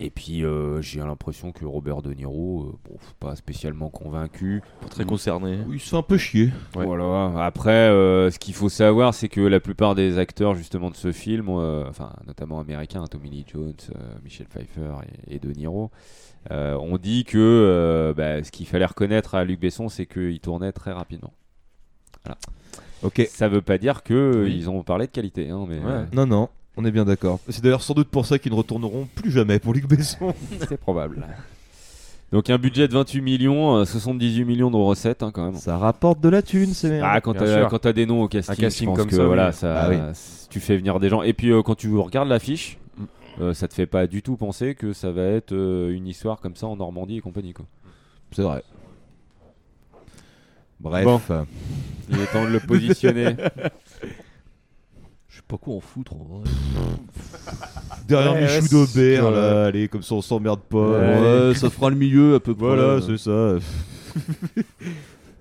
Speaker 10: Et puis, euh, j'ai l'impression que Robert De Niro, euh, bon, pff, pas spécialement convaincu. Pas
Speaker 15: très concerné.
Speaker 11: Il se fait un peu chier.
Speaker 10: Voilà. Après, euh, ce qu'il faut savoir, c'est que la plupart des acteurs justement de ce film, euh, enfin notamment américains, hein, Tommy Lee Jones, euh, Michel Pfeiffer et, et De Niro, euh, ont dit que euh, bah, ce qu'il fallait reconnaître à Luc Besson, c'est qu'il tournait très rapidement. Voilà.
Speaker 11: Ok.
Speaker 10: Ça veut pas dire que euh,
Speaker 11: Oui.
Speaker 10: ils ont parlé de qualité, hein, mais euh,
Speaker 11: Non, non, on est bien d'accord. C'est d'ailleurs sans doute pour ça qu'ils ne retourneront plus jamais pour Luc Besson.
Speaker 10: euh, c'est probable. Donc un budget de 28 millions, euh, 78 millions de recettes hein, quand même.
Speaker 11: Ça rapporte de la thune, c'est
Speaker 10: Ah, quand
Speaker 11: Bien
Speaker 10: t'as
Speaker 11: sûr.
Speaker 10: quand t'as des noms au casting,
Speaker 11: Un casting
Speaker 10: je pense
Speaker 11: comme
Speaker 10: que
Speaker 11: ça, oui.
Speaker 10: voilà, ça,
Speaker 11: Ah oui.
Speaker 10: c- tu fais venir des gens. Et puis euh, quand tu regardes l'affiche, euh, ça te fait pas du tout penser que ça va être euh, une histoire comme ça en Normandie et compagnie. Quoi.
Speaker 11: C'est vrai. Bref.
Speaker 10: Bon. Il est temps de le positionner.
Speaker 9: Je sais pas quoi en foutre en vrai.
Speaker 11: Derrière
Speaker 9: Ouais,
Speaker 11: les
Speaker 9: ouais,
Speaker 11: choux
Speaker 9: c'est-
Speaker 11: d'Aubert,
Speaker 9: voilà.
Speaker 11: là, allez, comme ça on s'emmerde pas.
Speaker 9: Ouais, ça fera le milieu à peu près.
Speaker 11: Voilà, c'est ça.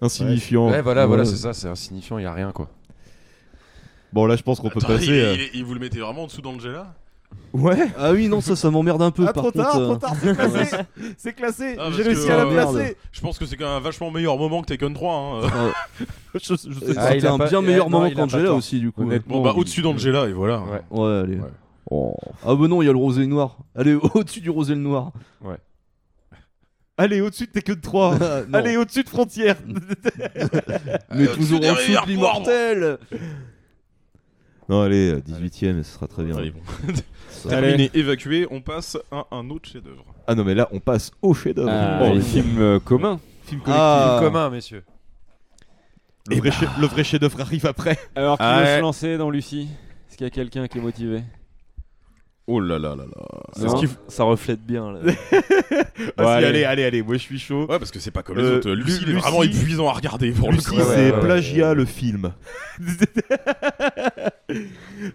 Speaker 11: Insignifiant.
Speaker 12: Ouais, voilà, voilà, c'est ça, c'est insignifiant, il y a rien quoi.
Speaker 11: Bon, là, je pense qu'on peut
Speaker 12: Attends,
Speaker 11: passer.
Speaker 12: il-
Speaker 11: euh,
Speaker 12: il-
Speaker 6: Et vous le mettez vraiment en dessous d'Angela
Speaker 11: Ouais.
Speaker 9: Ah oui, non, ça, ça m'emmerde un peu.
Speaker 6: Ah,
Speaker 9: par
Speaker 6: trop tard,
Speaker 9: contre,
Speaker 6: trop
Speaker 9: euh.
Speaker 6: tard,
Speaker 16: c'est classé. C'est classé.
Speaker 6: Ah, parce
Speaker 16: J'ai
Speaker 6: que,
Speaker 16: réussi à la
Speaker 6: euh,
Speaker 16: placer.
Speaker 6: Je pense que c'est quand même un vachement meilleur moment que Taken 3. hein.
Speaker 16: Je- je- je-
Speaker 9: C'était un bien meilleur moment qu'Angela aussi, du coup.
Speaker 6: Bon, bah, au-dessus d'Angela, et voilà.
Speaker 9: Ouais, allez.
Speaker 10: Oh.
Speaker 9: Ah, bah non, il y a le rosé noir. Allez, au-dessus du rosé le noir.
Speaker 12: Ouais.
Speaker 16: Allez, au-dessus de Tekken 3.
Speaker 9: non.
Speaker 16: Allez, au-dessus de Frontières.
Speaker 6: Euh,
Speaker 11: Mais Euh, au-dessus toujours des en dessous de rivières
Speaker 16: l'immortel.
Speaker 11: Non, allez, 18ème, ce sera très bien.
Speaker 6: Terminé, évacué, on passe à un autre chef-d'œuvre.
Speaker 11: Ah non, mais là, on passe au chef-d'œuvre. Oh,
Speaker 10: Ah,
Speaker 11: Bon.
Speaker 10: les films, euh, communs.
Speaker 11: Film
Speaker 10: Ah.
Speaker 11: collectif.
Speaker 10: Euh,
Speaker 12: commun, messieurs.
Speaker 11: Le vrai chef- le vrai chef-d'œuvre arrive après.
Speaker 10: Alors, qui
Speaker 11: Ah
Speaker 10: veut
Speaker 11: ouais.
Speaker 10: se lancer dans Lucie Est-ce qu'il y a quelqu'un qui est motivé
Speaker 11: Oh là là là là.
Speaker 10: C'est ce qui f-
Speaker 14: Ça reflète bien là.
Speaker 11: Vas-y,
Speaker 14: Ouais,
Speaker 11: allez, allez, allez, moi je suis chaud.
Speaker 6: Ouais, parce que c'est pas comme les autres. Lucie, il est vraiment épuisant à regarder, pour le
Speaker 11: Lucie,
Speaker 6: coup.
Speaker 11: c'est
Speaker 6: Ouais, ouais, ouais, ouais.
Speaker 11: plagiat le film.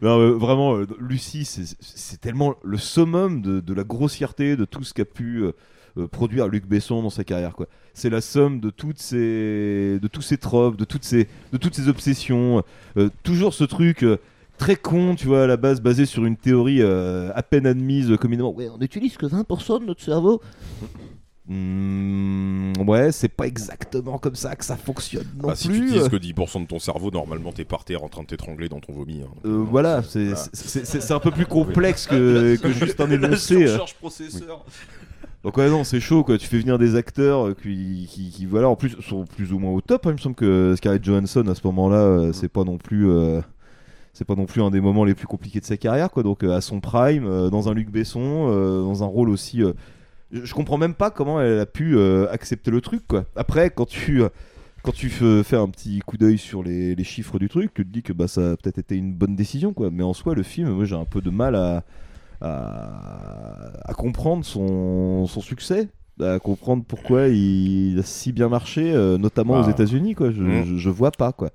Speaker 11: non, mais vraiment, euh, Lucie, c'est- c'est tellement le summum de, de la grossièreté de tout ce qu'a pu euh, euh, produire Luc Besson dans sa carrière. quoi. C'est la somme de toutes ces, de tous ces tropes, de toutes ces, de toutes ces obsessions. euh, toujours ce truc. euh, Très con, tu vois, à la base, basé sur une théorie euh, à peine admise euh, communément. Ouais,
Speaker 19: On n'utilise que 20% de notre cerveau.
Speaker 11: Hmm, ouais, c'est pas exactement comme ça que ça fonctionne non
Speaker 6: Bah,
Speaker 11: plus. euh.
Speaker 6: si tu utilises que 10% de ton cerveau, normalement t'es par terre en train de t'étrangler dans ton vomi. hein.
Speaker 11: Euh, voilà, c'est c'est- c'est- c'est un peu plus complexe que, que juste un
Speaker 15: La
Speaker 11: énoncé. euh.
Speaker 15: surcharge processeur.
Speaker 11: Donc ouais, non, c'est chaud quoi. Tu fais venir des acteurs euh, qui, qui, qui, voilà, en plus sont plus ou moins au top. hein. Il me semble que Scarlett Johansson à ce moment-là,
Speaker 15: Mm.
Speaker 11: euh, c'est pas non plus, euh, c'est pas non plus un des moments les plus compliqués de sa carrière quoi. Donc euh, à son prime, euh, dans un Luc Besson, euh, dans un rôle aussi. euh, je je comprends même pas comment elle a pu euh, accepter le truc quoi. Après, quand tu euh, quand tu f- fais un petit coup d'œil sur les, les chiffres du truc, tu te dis que bah, ça a peut-être été une bonne décision, quoi. Mais en soi, le film, moi, j'ai un peu de mal à, à, à comprendre son, son succès, à comprendre pourquoi il a si bien marché, euh, notamment
Speaker 6: Bah.
Speaker 11: aux États-Unis, quoi. Je,
Speaker 6: Mm.
Speaker 11: je- je vois pas, quoi.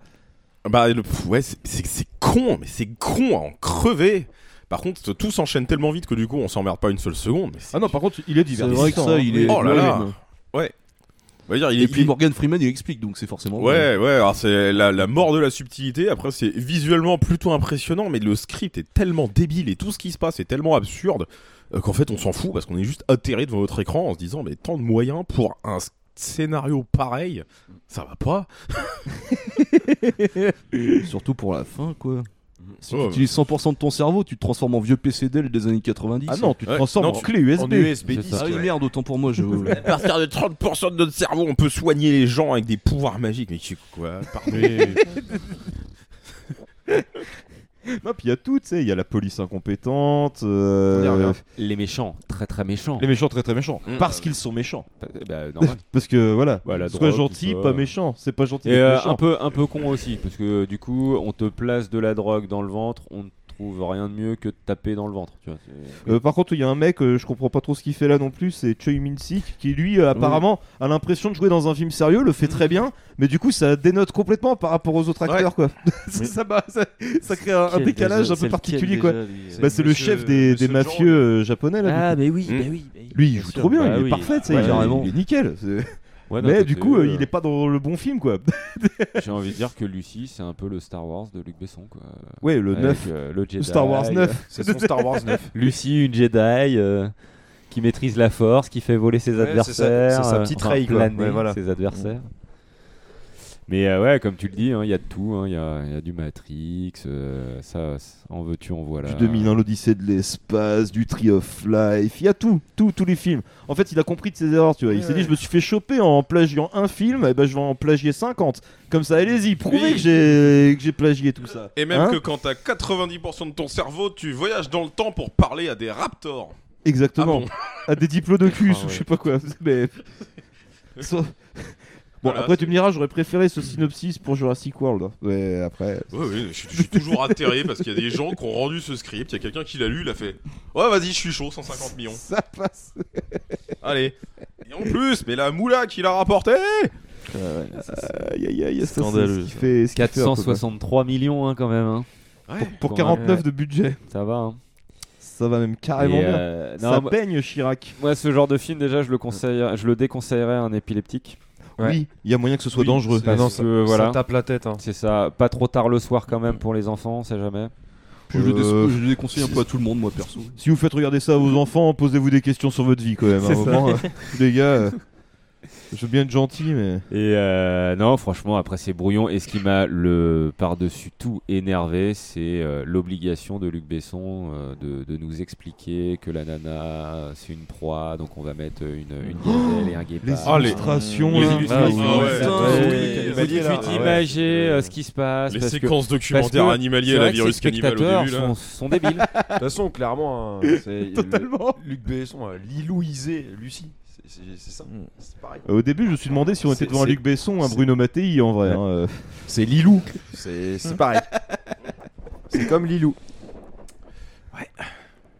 Speaker 6: Bah, le- pff, ouais, c'est- c'est c'est con, mais c'est con à en crever. Par contre, tout s'enchaîne tellement vite que du coup, on s'emmerde pas une seule seconde. Mais ah non, par contre, il est
Speaker 11: divertissant, vrai que ça, hein. il est-
Speaker 6: Oh là là.
Speaker 11: ouais,
Speaker 6: Ouais. On va dire, il
Speaker 9: Et
Speaker 6: est-
Speaker 9: puis
Speaker 6: il-
Speaker 9: Morgan Freeman, il explique, donc c'est forcément.
Speaker 6: Ouais, ouais, alors c'est la, la mort de la subtilité. Après, c'est visuellement plutôt impressionnant, mais le script est tellement débile et tout ce qui se passe est tellement absurde euh, qu'en fait, on s'en fout parce qu'on est juste atterré devant votre écran en se disant, mais tant de moyens pour un sc- scénario pareil, ça va pas.
Speaker 9: Surtout pour
Speaker 11: Ah
Speaker 9: la fin, quoi. Si
Speaker 6: Ouais.
Speaker 9: tu utilises 100% de ton cerveau, tu te transformes en vieux PCDL des années 90.
Speaker 11: Ah non, tu te Ouais. transformes Non, en tu- clé USB. en USB
Speaker 9: C'est ça.
Speaker 11: disque,
Speaker 9: Ah oui,
Speaker 11: ouais.
Speaker 9: merde, autant pour moi, je.
Speaker 6: À partir de 30% de notre cerveau, on peut soigner les gens avec des pouvoirs magiques. Mais tu quoi Pardon.
Speaker 11: Non, puis il y a tout, tu sais. Il y a la police incompétente. euh,
Speaker 10: On y revient. Les méchants, très très méchants.
Speaker 11: Les méchants très très méchants.
Speaker 10: Mm.
Speaker 11: Parce qu'ils sont méchants.
Speaker 10: Bah, normal.
Speaker 11: Parce que voilà,
Speaker 10: Bah, la
Speaker 11: soit
Speaker 10: drogue,
Speaker 11: gentil,
Speaker 10: tout ça.
Speaker 11: pas méchant. C'est pas gentil
Speaker 10: Et
Speaker 11: d'être
Speaker 10: euh,
Speaker 11: méchant.
Speaker 10: un peu un peu con aussi parce que euh, du coup on te place de la drogue dans le ventre, on ne trouve rien de mieux que de taper dans le ventre. Tu vois, c'est-
Speaker 11: Euh, par contre, il y a un mec, euh, je comprends pas trop ce qu'il fait là non plus, c'est Choi Min-sik, qui lui, euh, apparemment, a l'impression de jouer dans un film sérieux,
Speaker 10: Mm.
Speaker 11: le fait très bien, mais du coup, ça dénote complètement par rapport aux autres acteurs, quoi. ça, ça bat- ça- ça crée un, un
Speaker 10: Lequel
Speaker 11: décalage
Speaker 10: déjà-
Speaker 11: un
Speaker 10: c'est
Speaker 11: peu
Speaker 10: lequel
Speaker 11: particulier,
Speaker 10: déjà,
Speaker 11: quoi.
Speaker 10: lui euh.
Speaker 11: Bah, c'est le
Speaker 10: Monsieur-
Speaker 11: chef des, des
Speaker 10: Monsieur
Speaker 11: mafieux
Speaker 10: Jean,
Speaker 11: euh, japonais, là.
Speaker 10: Ah,
Speaker 11: du coup.
Speaker 10: mais oui, bah
Speaker 11: Mm.
Speaker 10: oui, bah oui,
Speaker 11: Lui, il
Speaker 10: bien
Speaker 11: joue
Speaker 10: sûr,
Speaker 11: trop bien,
Speaker 10: bah
Speaker 11: il est
Speaker 10: oui.
Speaker 11: parfait, tu sais,
Speaker 10: Ouais,
Speaker 11: il, est-
Speaker 10: carrément.
Speaker 11: il est nickel. c'est-
Speaker 10: Ouais, d'un
Speaker 11: mais du
Speaker 10: côté,
Speaker 11: coup, euh,
Speaker 10: euh,
Speaker 11: il est pas dans le bon film, quoi.
Speaker 10: J'ai envie de dire que Lucie, c'est un peu le Star Wars de Luc Besson. Quoi.
Speaker 11: Ouais, le
Speaker 10: Avec,
Speaker 11: 9.
Speaker 10: euh, le Jedi,
Speaker 11: Star Wars 9.
Speaker 10: euh,
Speaker 11: C'est son Star Wars 9.
Speaker 10: Lucie, une Jedi euh, qui maîtrise la force, qui fait voler ses
Speaker 12: Ouais, c'est sa-
Speaker 10: adversaires,
Speaker 12: c'est sa
Speaker 10: euh,
Speaker 12: petite
Speaker 10: enfin,
Speaker 12: raille, quoi.
Speaker 10: planer
Speaker 12: Ouais, voilà.
Speaker 10: ses adversaires. Mais euh, ouais, comme tu le dis, hein, il y a de tout. hein, Il y, a, il y a du Matrix, euh, ça, c'est- en veux-tu, en voilà.
Speaker 11: Du 2001, hein, l'Odyssée de l'espace, du Tree of Life, il y a tout, tout, tous les films. En fait, il a compris de ses erreurs, tu vois. Il s'est dit, je me suis fait choper en plagiant un film, et ben je vais en plagier 50. Comme ça, allez-y, prouvez
Speaker 6: Oui.
Speaker 11: que j'ai que j'ai plagié tout ça.
Speaker 6: Et même
Speaker 11: Hein
Speaker 6: que quand t'as 90% de ton cerveau, tu voyages dans le temps pour parler à des raptors.
Speaker 11: Exactement. À des diplômes de cul,
Speaker 6: Ah
Speaker 11: ou
Speaker 6: ouais.
Speaker 11: je sais pas quoi. Mais... Ça- Bon,
Speaker 6: Voilà,
Speaker 11: après, tu me diras, j'aurais préféré ce synopsis pour Jurassic World. hein. Mais après.
Speaker 6: Ouais, ouais, je, suis- je suis toujours atterré parce qu'il y a des gens qui ont rendu ce script. Il y a quelqu'un qui l'a lu, il a fait Ouais, vas-y, je suis chaud, 150 millions.
Speaker 11: Ça passe.
Speaker 6: Allez. Et en plus, mais la moula qui l'a rapporté
Speaker 11: Aïe, aïe, aïe, ça, c'est
Speaker 10: Scandaleux,
Speaker 11: ce qui
Speaker 10: ça.
Speaker 11: fait- ce qui fait un peu mal.
Speaker 10: 463 millions hein, quand même. hein.
Speaker 11: Pour- pour 49 de budget.
Speaker 10: Ça va. hein.
Speaker 11: Ça va même carrément
Speaker 10: Et,
Speaker 11: bien.
Speaker 10: euh,
Speaker 11: ça
Speaker 10: non, moi-
Speaker 11: baigne Chirac.
Speaker 10: Moi, ce genre de film, déjà, je le, conseille, je le déconseillerais à un épileptique.
Speaker 11: Oui, il y a moyen que ce soit
Speaker 10: Oui,
Speaker 11: dangereux.
Speaker 10: parce
Speaker 11: Ah non, ça-
Speaker 10: que, voilà.
Speaker 11: ça tape hein.
Speaker 12: la tête.
Speaker 10: C'est ça. Pas trop tard le soir, quand même, pour les enfants, on sait jamais.
Speaker 9: Puis je le dé-
Speaker 11: Euh,
Speaker 9: je le déconseille un peu à tout le monde, moi, perso.
Speaker 11: Si vous faites regarder ça à vos enfants, posez-vous des questions sur votre vie quand même. à un
Speaker 10: C'est ça.
Speaker 11: moment, euh, les gars. euh, Je veux bien être gentil, mais.
Speaker 10: Et euh, non, franchement, après ces brouillons, et ce qui m'a le par-dessus tout énervé, c'est euh, l'obligation de Luc Besson euh, de, de nous expliquer que la nana, c'est une proie, donc on va mettre une, une gazelle et un guépard.
Speaker 11: les Bah, illustrations,
Speaker 10: Les
Speaker 11: là.
Speaker 10: illustrations.
Speaker 11: Ah ouais.
Speaker 10: Putain,
Speaker 11: Ouais.
Speaker 10: vous
Speaker 11: Ouais.
Speaker 10: tout de suite
Speaker 11: Ah, Ouais.
Speaker 10: imager euh, ce qui se passe.
Speaker 6: Les
Speaker 10: parce que-
Speaker 6: séquences
Speaker 10: parce que
Speaker 6: documentaires animaliers à
Speaker 10: c'est
Speaker 6: la
Speaker 10: vrai que
Speaker 6: virus
Speaker 10: ces
Speaker 6: cannibale au
Speaker 10: spectateurs
Speaker 6: début, là.
Speaker 10: sont- sont débiles.
Speaker 12: De toute façon, clairement, hein, c'est-
Speaker 10: Totalement.
Speaker 12: le- Luc Besson a lilouisé Lucie. C'est- C'est c'est ça. C'est pareil.
Speaker 11: Euh, Au début, je me suis demandé si on était
Speaker 12: C'est-
Speaker 11: devant un
Speaker 12: c'est-
Speaker 11: Luc Besson, un Bruno Mattei en vrai. hein, euh.
Speaker 12: C'est Lilou. C'est c'est pareil. c'est comme Lilou.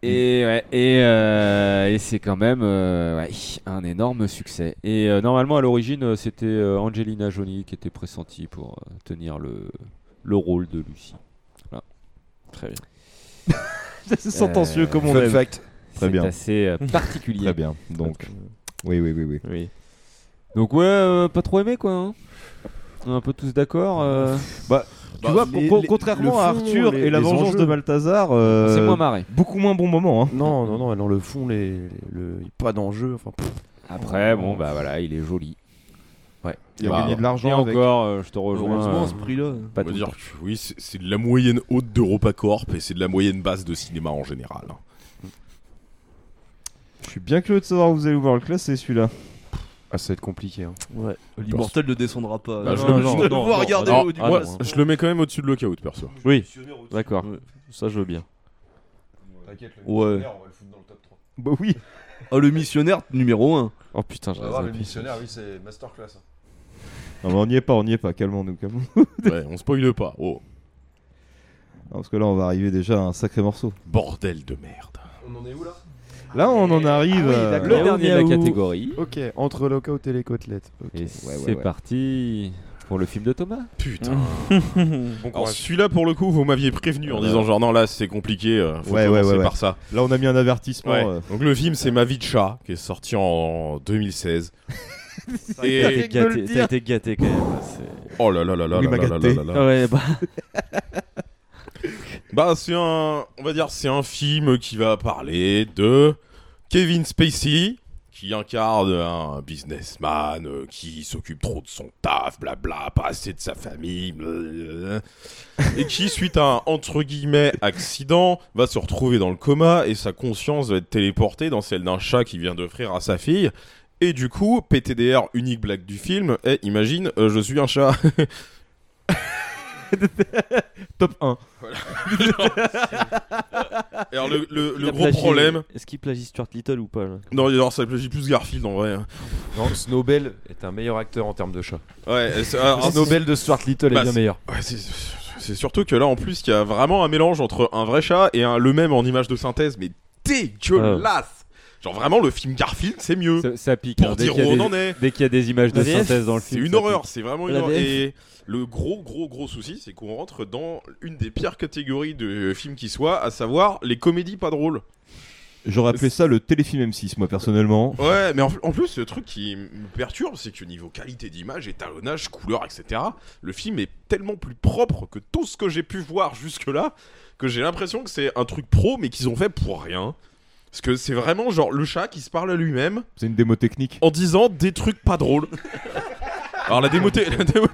Speaker 10: Et, ouais, et, euh, et c'est quand même euh, ouais, un énorme succès. Et euh, normalement, à l'origine, euh, c'était euh, Angelina Jolie qui était pressentie pour euh, tenir le, le rôle de Lucie. Voilà. Très bien.
Speaker 11: C'est sentencieux comme on
Speaker 10: fun
Speaker 11: aime.
Speaker 10: fact.
Speaker 11: Très
Speaker 10: C'est
Speaker 11: bien.
Speaker 10: assez euh, particulier.
Speaker 11: Euh,
Speaker 10: euh,
Speaker 11: Très bien. Donc, oui, oui, oui, oui.
Speaker 10: Donc ouais, euh, pas trop aimé quoi. hein. On est un peu tous d'accord. euh.
Speaker 11: Bah, tu vois,
Speaker 10: les-
Speaker 11: con-
Speaker 10: les-
Speaker 11: contrairement
Speaker 10: le
Speaker 11: à
Speaker 10: fond,
Speaker 11: Arthur
Speaker 10: les-
Speaker 11: et la
Speaker 10: les
Speaker 11: vengeance
Speaker 10: enjeux.
Speaker 11: de Balthazar, euh,
Speaker 10: C'est moins marré.
Speaker 11: Beaucoup moins bon moment. Hein.
Speaker 12: Non, non, non, dans le fond, les, les- le, pas d'enjeu. Enfin, pff.
Speaker 10: Après, bon, bah voilà, il est joli.
Speaker 12: Ouais.
Speaker 6: Il a gagné de l'argent
Speaker 10: Et
Speaker 6: avec.
Speaker 10: encore, euh, je te rejoins.
Speaker 6: Heureusement, à ce
Speaker 10: prix-là.
Speaker 6: On va dire que oui, c'est c'est de la moyenne haute d'EuropaCorp et c'est de la moyenne basse de cinéma en général.
Speaker 11: Je suis bien curieux de savoir où vous allez voir le classer celui-là.
Speaker 12: Ah, ça va être compliqué. Hein.
Speaker 15: Ouais. L'immortel ne descendra
Speaker 10: Ah,
Speaker 15: pas.
Speaker 6: Bah,
Speaker 15: je
Speaker 6: je le- je le-
Speaker 15: le vois regarder
Speaker 6: Ah,
Speaker 15: au du
Speaker 6: moi,
Speaker 15: boss.
Speaker 6: je le mets quand même au-dessus de Lockout, perso.
Speaker 14: Oui, d'accord. Ça, je veux bien.
Speaker 12: T'inquiète,
Speaker 15: le Ouais. missionnaire,
Speaker 12: on va le foutre dans le top 3.
Speaker 11: Bah oui.
Speaker 15: Ah, le missionnaire numéro 1.
Speaker 10: Oh putain, j'ai
Speaker 12: le missionnaire, oui, c'est masterclass.
Speaker 11: Non, mais on n'y est pas, on n'y est pas. Calmons-nous, calmons-nous.
Speaker 6: ouais, on spoile pas. Oh,
Speaker 11: Non, parce que là, on va arriver déjà à un sacré morceau.
Speaker 6: bordel de merde.
Speaker 12: On en est où là
Speaker 11: Là, on en arrive. euh,
Speaker 10: Le dernier de la catégorie.
Speaker 12: Ok, entre Lockout et les côtelettes. Ok.
Speaker 10: Et
Speaker 11: ouais,
Speaker 10: c'est
Speaker 11: ouais.
Speaker 10: parti pour le film de Thomas.
Speaker 6: Putain.
Speaker 10: Bon
Speaker 6: Alors
Speaker 10: courage.
Speaker 6: celui-là pour le coup, vous m'aviez prévenu en
Speaker 11: Ouais.
Speaker 6: disant genre non là c'est compliqué, euh, faut
Speaker 11: Ouais, ouais,
Speaker 6: commencer
Speaker 11: ouais, ouais.
Speaker 6: par ça.
Speaker 11: Là, on a mis un avertissement.
Speaker 6: Ouais.
Speaker 11: euh.
Speaker 6: Donc le film c'est Ma vie de chat qui est sorti en 2016.
Speaker 14: T'as été gâté- t'as été gâté quand même. c'est-
Speaker 6: Oh là là là là
Speaker 14: Oui,
Speaker 6: là
Speaker 14: m'a
Speaker 6: là là
Speaker 14: gâté.
Speaker 6: là
Speaker 10: Ah
Speaker 6: là.
Speaker 14: Ouais, bah.
Speaker 6: Bah c'est un, on va dire c'est un film qui va parler de Kevin Spacey qui incarne un businessman euh, qui s'occupe trop de son taf, blabla, pas assez de sa famille, blablabla, et qui suite à un entre guillemets accident va se retrouver dans le coma et sa conscience va être téléportée dans celle d'un chat qui vient d'offrir à sa fille. Et du coup, PTDR, unique blague du film, et imagine, euh, je suis un chat.
Speaker 11: Top 1.
Speaker 6: Alors le, le-
Speaker 14: Il
Speaker 6: le
Speaker 14: a
Speaker 6: gros
Speaker 14: plagié-
Speaker 6: problème...
Speaker 14: Est-ce qu'il plagie Stuart Little ou pas là
Speaker 6: Non, alors ça plagie plus Garfield en vrai. hein.
Speaker 12: Non, Snowbell est un meilleur acteur en termes de chat.
Speaker 6: Ouais, euh, c'est- alors, c'est-
Speaker 12: Snowbell de Stuart Little
Speaker 6: Bah,
Speaker 12: est bien
Speaker 6: c'est-
Speaker 12: meilleur.
Speaker 6: ouais, c'est- c'est surtout que là, en plus, il y a vraiment un mélange entre un vrai chat et un, le même en image de synthèse, mais dégueulasse. Genre vraiment, le film Garfield, c'est mieux.
Speaker 10: Ça, ça pique.
Speaker 6: Pour
Speaker 10: hein, dès
Speaker 6: dire
Speaker 10: Ah. qu'il y a
Speaker 6: où on
Speaker 10: des-
Speaker 6: en est.
Speaker 10: Dès qu'il y a des images de
Speaker 6: La VF,
Speaker 10: synthèse dans le film.
Speaker 6: C'est une
Speaker 10: ça
Speaker 6: horreur,
Speaker 10: pique.
Speaker 6: c'est vraiment une
Speaker 10: La
Speaker 6: horreur.
Speaker 10: VF.
Speaker 6: Et le gros, gros, gros souci, c'est qu'on rentre dans une des pires catégories de films qui soit, à savoir les comédies pas drôles.
Speaker 11: J'aurais appelé ça le téléfilm M6, moi, personnellement.
Speaker 6: Ouais, mais en, en plus, le truc qui me perturbe, c'est que niveau qualité d'image, étalonnage, couleur, etc., le film est tellement plus propre que tout ce que j'ai pu voir jusque-là, que j'ai l'impression que c'est un truc pro, mais qu'ils ont fait pour rien. Parce que c'est vraiment genre le chat qui se parle à lui-même
Speaker 11: C'est une démo technique.
Speaker 6: en disant des trucs pas drôles. Alors la démo, te- la démo-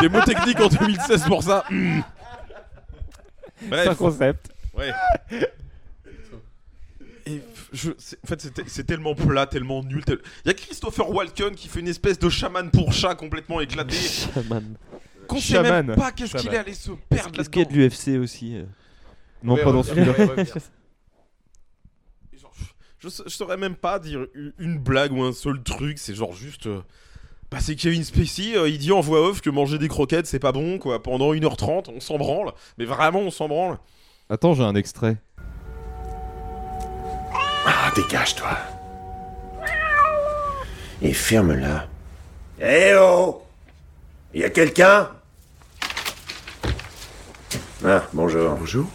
Speaker 6: démo technique en 2016 pour ça. hmm. Bref.
Speaker 10: C'est un concept.
Speaker 6: Ouais. Et f- je, c'est- en fait, c'est te- c'est tellement plat, tellement nul. Il y a Christopher Walken qui fait une espèce de chaman pour chat complètement éclaté.
Speaker 14: Chaman.
Speaker 6: Qu'on sait même pas qu'est-ce qu'il est allé se perdre
Speaker 14: Est-ce qu'il y a de l'UFC aussi euh
Speaker 11: Non,
Speaker 6: Ouais,
Speaker 11: pas
Speaker 6: ouais,
Speaker 11: dans
Speaker 6: ouais,
Speaker 11: celui-là.
Speaker 6: ouais, ouais, Et genre, je, sa- je saurais même pas dire u- une blague ou un seul truc, c'est genre juste. euh, bah, c'est Kevin Spacey, euh, il dit en voix off que manger des croquettes c'est pas bon quoi, pendant 1h30, on s'en branle, mais vraiment on s'en branle.
Speaker 11: Attends, j'ai un extrait.
Speaker 20: Ah, dégage-toi. Et ferme-la. Eh oh Y a quelqu'un Ah, bonjour. Bonjour.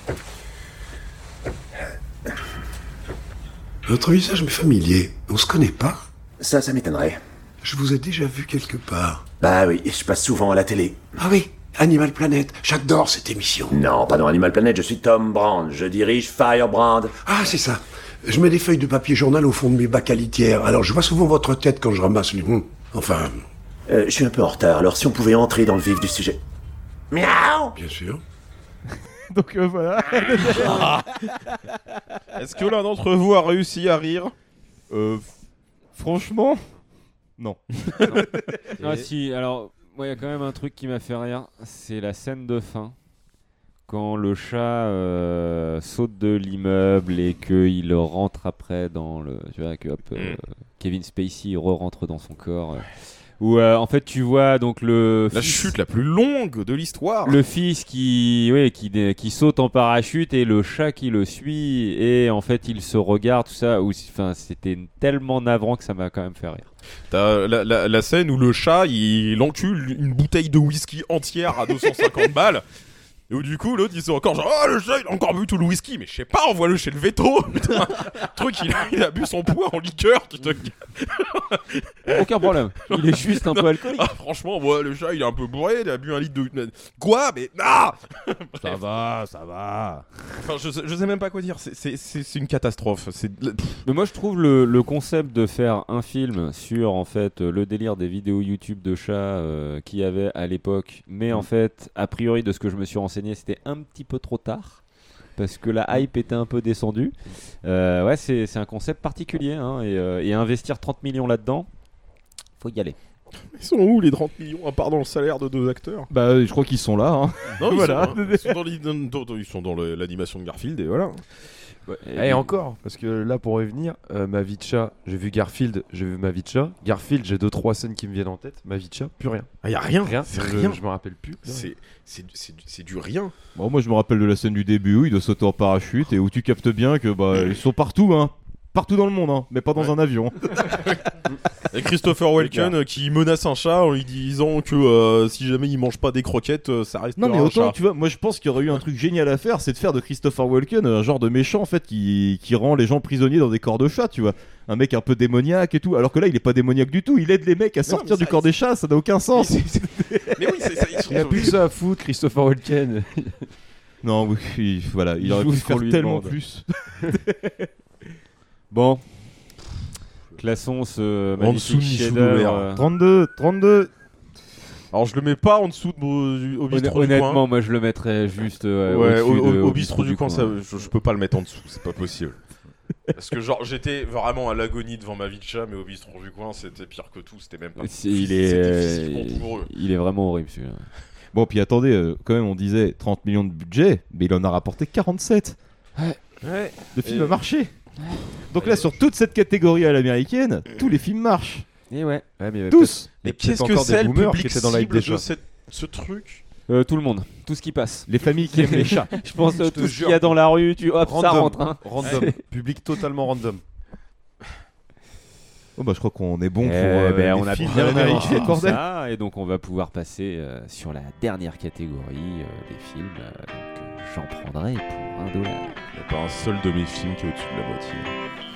Speaker 20: Votre visage m'est familier. On se connaît pas Ça, ça m'étonnerait. Je vous ai déjà vu quelque part. Bah oui, je passe souvent à la télé. Ah oui Animal Planet, j'adore cette émission. Non, pas dans Animal Planet, je suis Tom Brand, je dirige Firebrand. Ah, c'est ça. Je mets des feuilles de papier journal au fond de mes bacs à litière, alors je vois souvent votre tête quand je ramasse les... Hum. Enfin.
Speaker 3: Euh, je suis un peu en retard, alors si on pouvait entrer dans le vif du sujet.
Speaker 20: Miaou Bien sûr.
Speaker 16: Donc euh, voilà.
Speaker 6: Est-ce que l'un d'entre vous a réussi à rire
Speaker 16: Euh, Franchement,
Speaker 10: Non. ah si, alors, moi, il y a quand même un truc qui m'a fait rire, c'est la scène de fin. Quand le chat euh, saute de l'immeuble et qu'il rentre après dans le... Tu vois, que hop,
Speaker 6: Mm.
Speaker 10: euh, Kevin Spacey re-rentre dans son corps. euh, où euh, en fait tu vois donc le...
Speaker 6: La chute la plus longue de l'histoire.
Speaker 10: Le fils qui, ouais, qui, dé- qui saute en parachute et le chat qui le suit et en fait il se regarde tout ça. Ou enfin c'était tellement navrant que ça m'a quand même fait rire.
Speaker 6: T'as la, la- la scène où le chat il encule une bouteille de whisky entière à 250 balles. Et où du coup l'autre ils sont encore genre oh le chat il a encore bu tout le whisky mais je sais pas envoie-le chez le veto putain truc il a, il a bu son poids en liqueur tu te
Speaker 10: Aucun problème. Il est juste un peu alcoolique.
Speaker 6: Ah, franchement moi le chat il est un peu bourré il a bu un litre de quoi mais ah
Speaker 13: Ça va, ça va.
Speaker 6: Enfin, je, sais- je sais même pas quoi dire, c'est- c'est c'est- c'est une catastrophe. C'est de la- pff.
Speaker 10: Mais moi je trouve le, le concept de faire un film sur en fait euh, le délire des vidéos YouTube de chats euh, qu'il y avait à l'époque, mais
Speaker 6: Mm.
Speaker 10: en fait a priori de ce que je me suis renseigné c'était un petit peu trop tard. Parce que
Speaker 6: Mm.
Speaker 10: la hype était un peu descendue. Euh, ouais, c'est c'est un concept particulier. hein, et, euh, et investir 30 millions là-dedans, faut y aller.
Speaker 6: Ils sont où les 30 millions à part dans le salaire de deux acteurs
Speaker 11: Bah, je crois qu'ils sont là. hein.
Speaker 6: Non, ils
Speaker 11: Voilà.
Speaker 6: sont, hein. ils sont dans l'id- dans- dans- ils sont dans le- l'animation de Garfield et voilà.
Speaker 12: Et, Eh, encore, parce que là, pour revenir, euh, ma vie de chat, j'ai vu Garfield, j'ai vu ma vie de chat. Garfield, j'ai deux trois scènes qui me viennent en tête. Ma vie de chat, plus rien.
Speaker 6: Ah, y a rien,
Speaker 12: rien.
Speaker 6: c'est
Speaker 12: je,
Speaker 6: rien.
Speaker 12: Je me rappelle plus.
Speaker 6: C'est c'est du- c'est du- c'est du rien.
Speaker 11: Bon, moi, je me rappelle de la scène du début où il doit sauter en parachute et où tu captes bien que bah, ils sont partout, hein. Partout dans le monde, hein, mais pas dans un avion.
Speaker 6: Et Christopher Walken euh, qui menace un chat en lui disant que euh, si jamais il mange pas des croquettes, euh, ça reste
Speaker 11: Non, mais
Speaker 6: un
Speaker 11: autant,
Speaker 6: chat.
Speaker 11: tu vois, moi je pense qu'il y aurait eu un truc génial à faire, c'est de faire de Christopher Walken un genre de méchant en fait qui, qui rend les gens prisonniers dans des corps de chat, tu vois. Un mec un peu démoniaque et tout, alors que là il est pas démoniaque du tout, il aide les mecs à sortir du corps des chats, ça n'a aucun sens.
Speaker 12: Il n'y a plus que ça à foutre, Christopher Walken.
Speaker 11: non, oui, oui, voilà, il,
Speaker 12: Il
Speaker 11: aurait
Speaker 12: joue
Speaker 11: pu
Speaker 12: ce qu'on
Speaker 11: faire
Speaker 12: lui
Speaker 11: tellement
Speaker 12: demande.
Speaker 11: plus.
Speaker 10: Bon. Classons ce
Speaker 6: En dessous
Speaker 10: magnifique
Speaker 6: de Michou
Speaker 10: chef-d'œuvre.
Speaker 6: Loubert.
Speaker 10: euh,
Speaker 11: 32, 32.
Speaker 6: Alors je le mets pas en dessous de mon- euh, du- au bistrot du
Speaker 10: honnêtement,
Speaker 6: coin.
Speaker 10: moi je le mettrais juste euh,
Speaker 6: Ouais, au,
Speaker 10: au-dessus de-
Speaker 6: au- au bistrot du coin, ça, je, je peux pas le mettre en dessous, c'est pas possible. Parce que genre j'étais vraiment à l'agonie devant ma vie de chat, mais au bistrot du coin c'était pire que tout, c'était même pas.
Speaker 10: C'est- il est,
Speaker 6: c'était
Speaker 10: euh,
Speaker 6: physiquement douloureux.
Speaker 10: il est vraiment horrible celui-là.
Speaker 11: Bon, puis attendez, euh, quand même on disait 30 millions de budget, mais il en a rapporté 47.
Speaker 6: Ouais.
Speaker 11: Le film
Speaker 6: Et-
Speaker 11: a marché. Donc là, sur toute cette catégorie à l'américaine, tous les films marchent.
Speaker 10: Et Eh ouais.
Speaker 11: Tous.
Speaker 6: Mais qu'est-ce que c'est le public cible de cette- ce truc
Speaker 10: Euh, tout le monde, tout ce qui passe.
Speaker 11: Les familles qui aiment les chats.
Speaker 10: je pense euh,
Speaker 12: Je te
Speaker 10: tout ce qu'il y
Speaker 12: jure.
Speaker 10: a dans la rue, tu hop, ça
Speaker 12: Random,
Speaker 10: rentre. hein.
Speaker 12: Random.
Speaker 10: C'est-
Speaker 12: Public totalement random.
Speaker 11: Oh, bah je crois qu'on est bon
Speaker 10: Eh
Speaker 11: pour euh,
Speaker 10: ben,
Speaker 11: les
Speaker 10: on a
Speaker 11: films
Speaker 10: bien
Speaker 11: américains,
Speaker 10: fait
Speaker 11: bordel.
Speaker 10: ça, et donc on va pouvoir passer euh, sur la dernière catégorie euh, des films. euh, donc, euh, J'en prendrai pour un dollar.
Speaker 6: Il n'y a pas un seul de mes films qui est au-dessus de la moitié.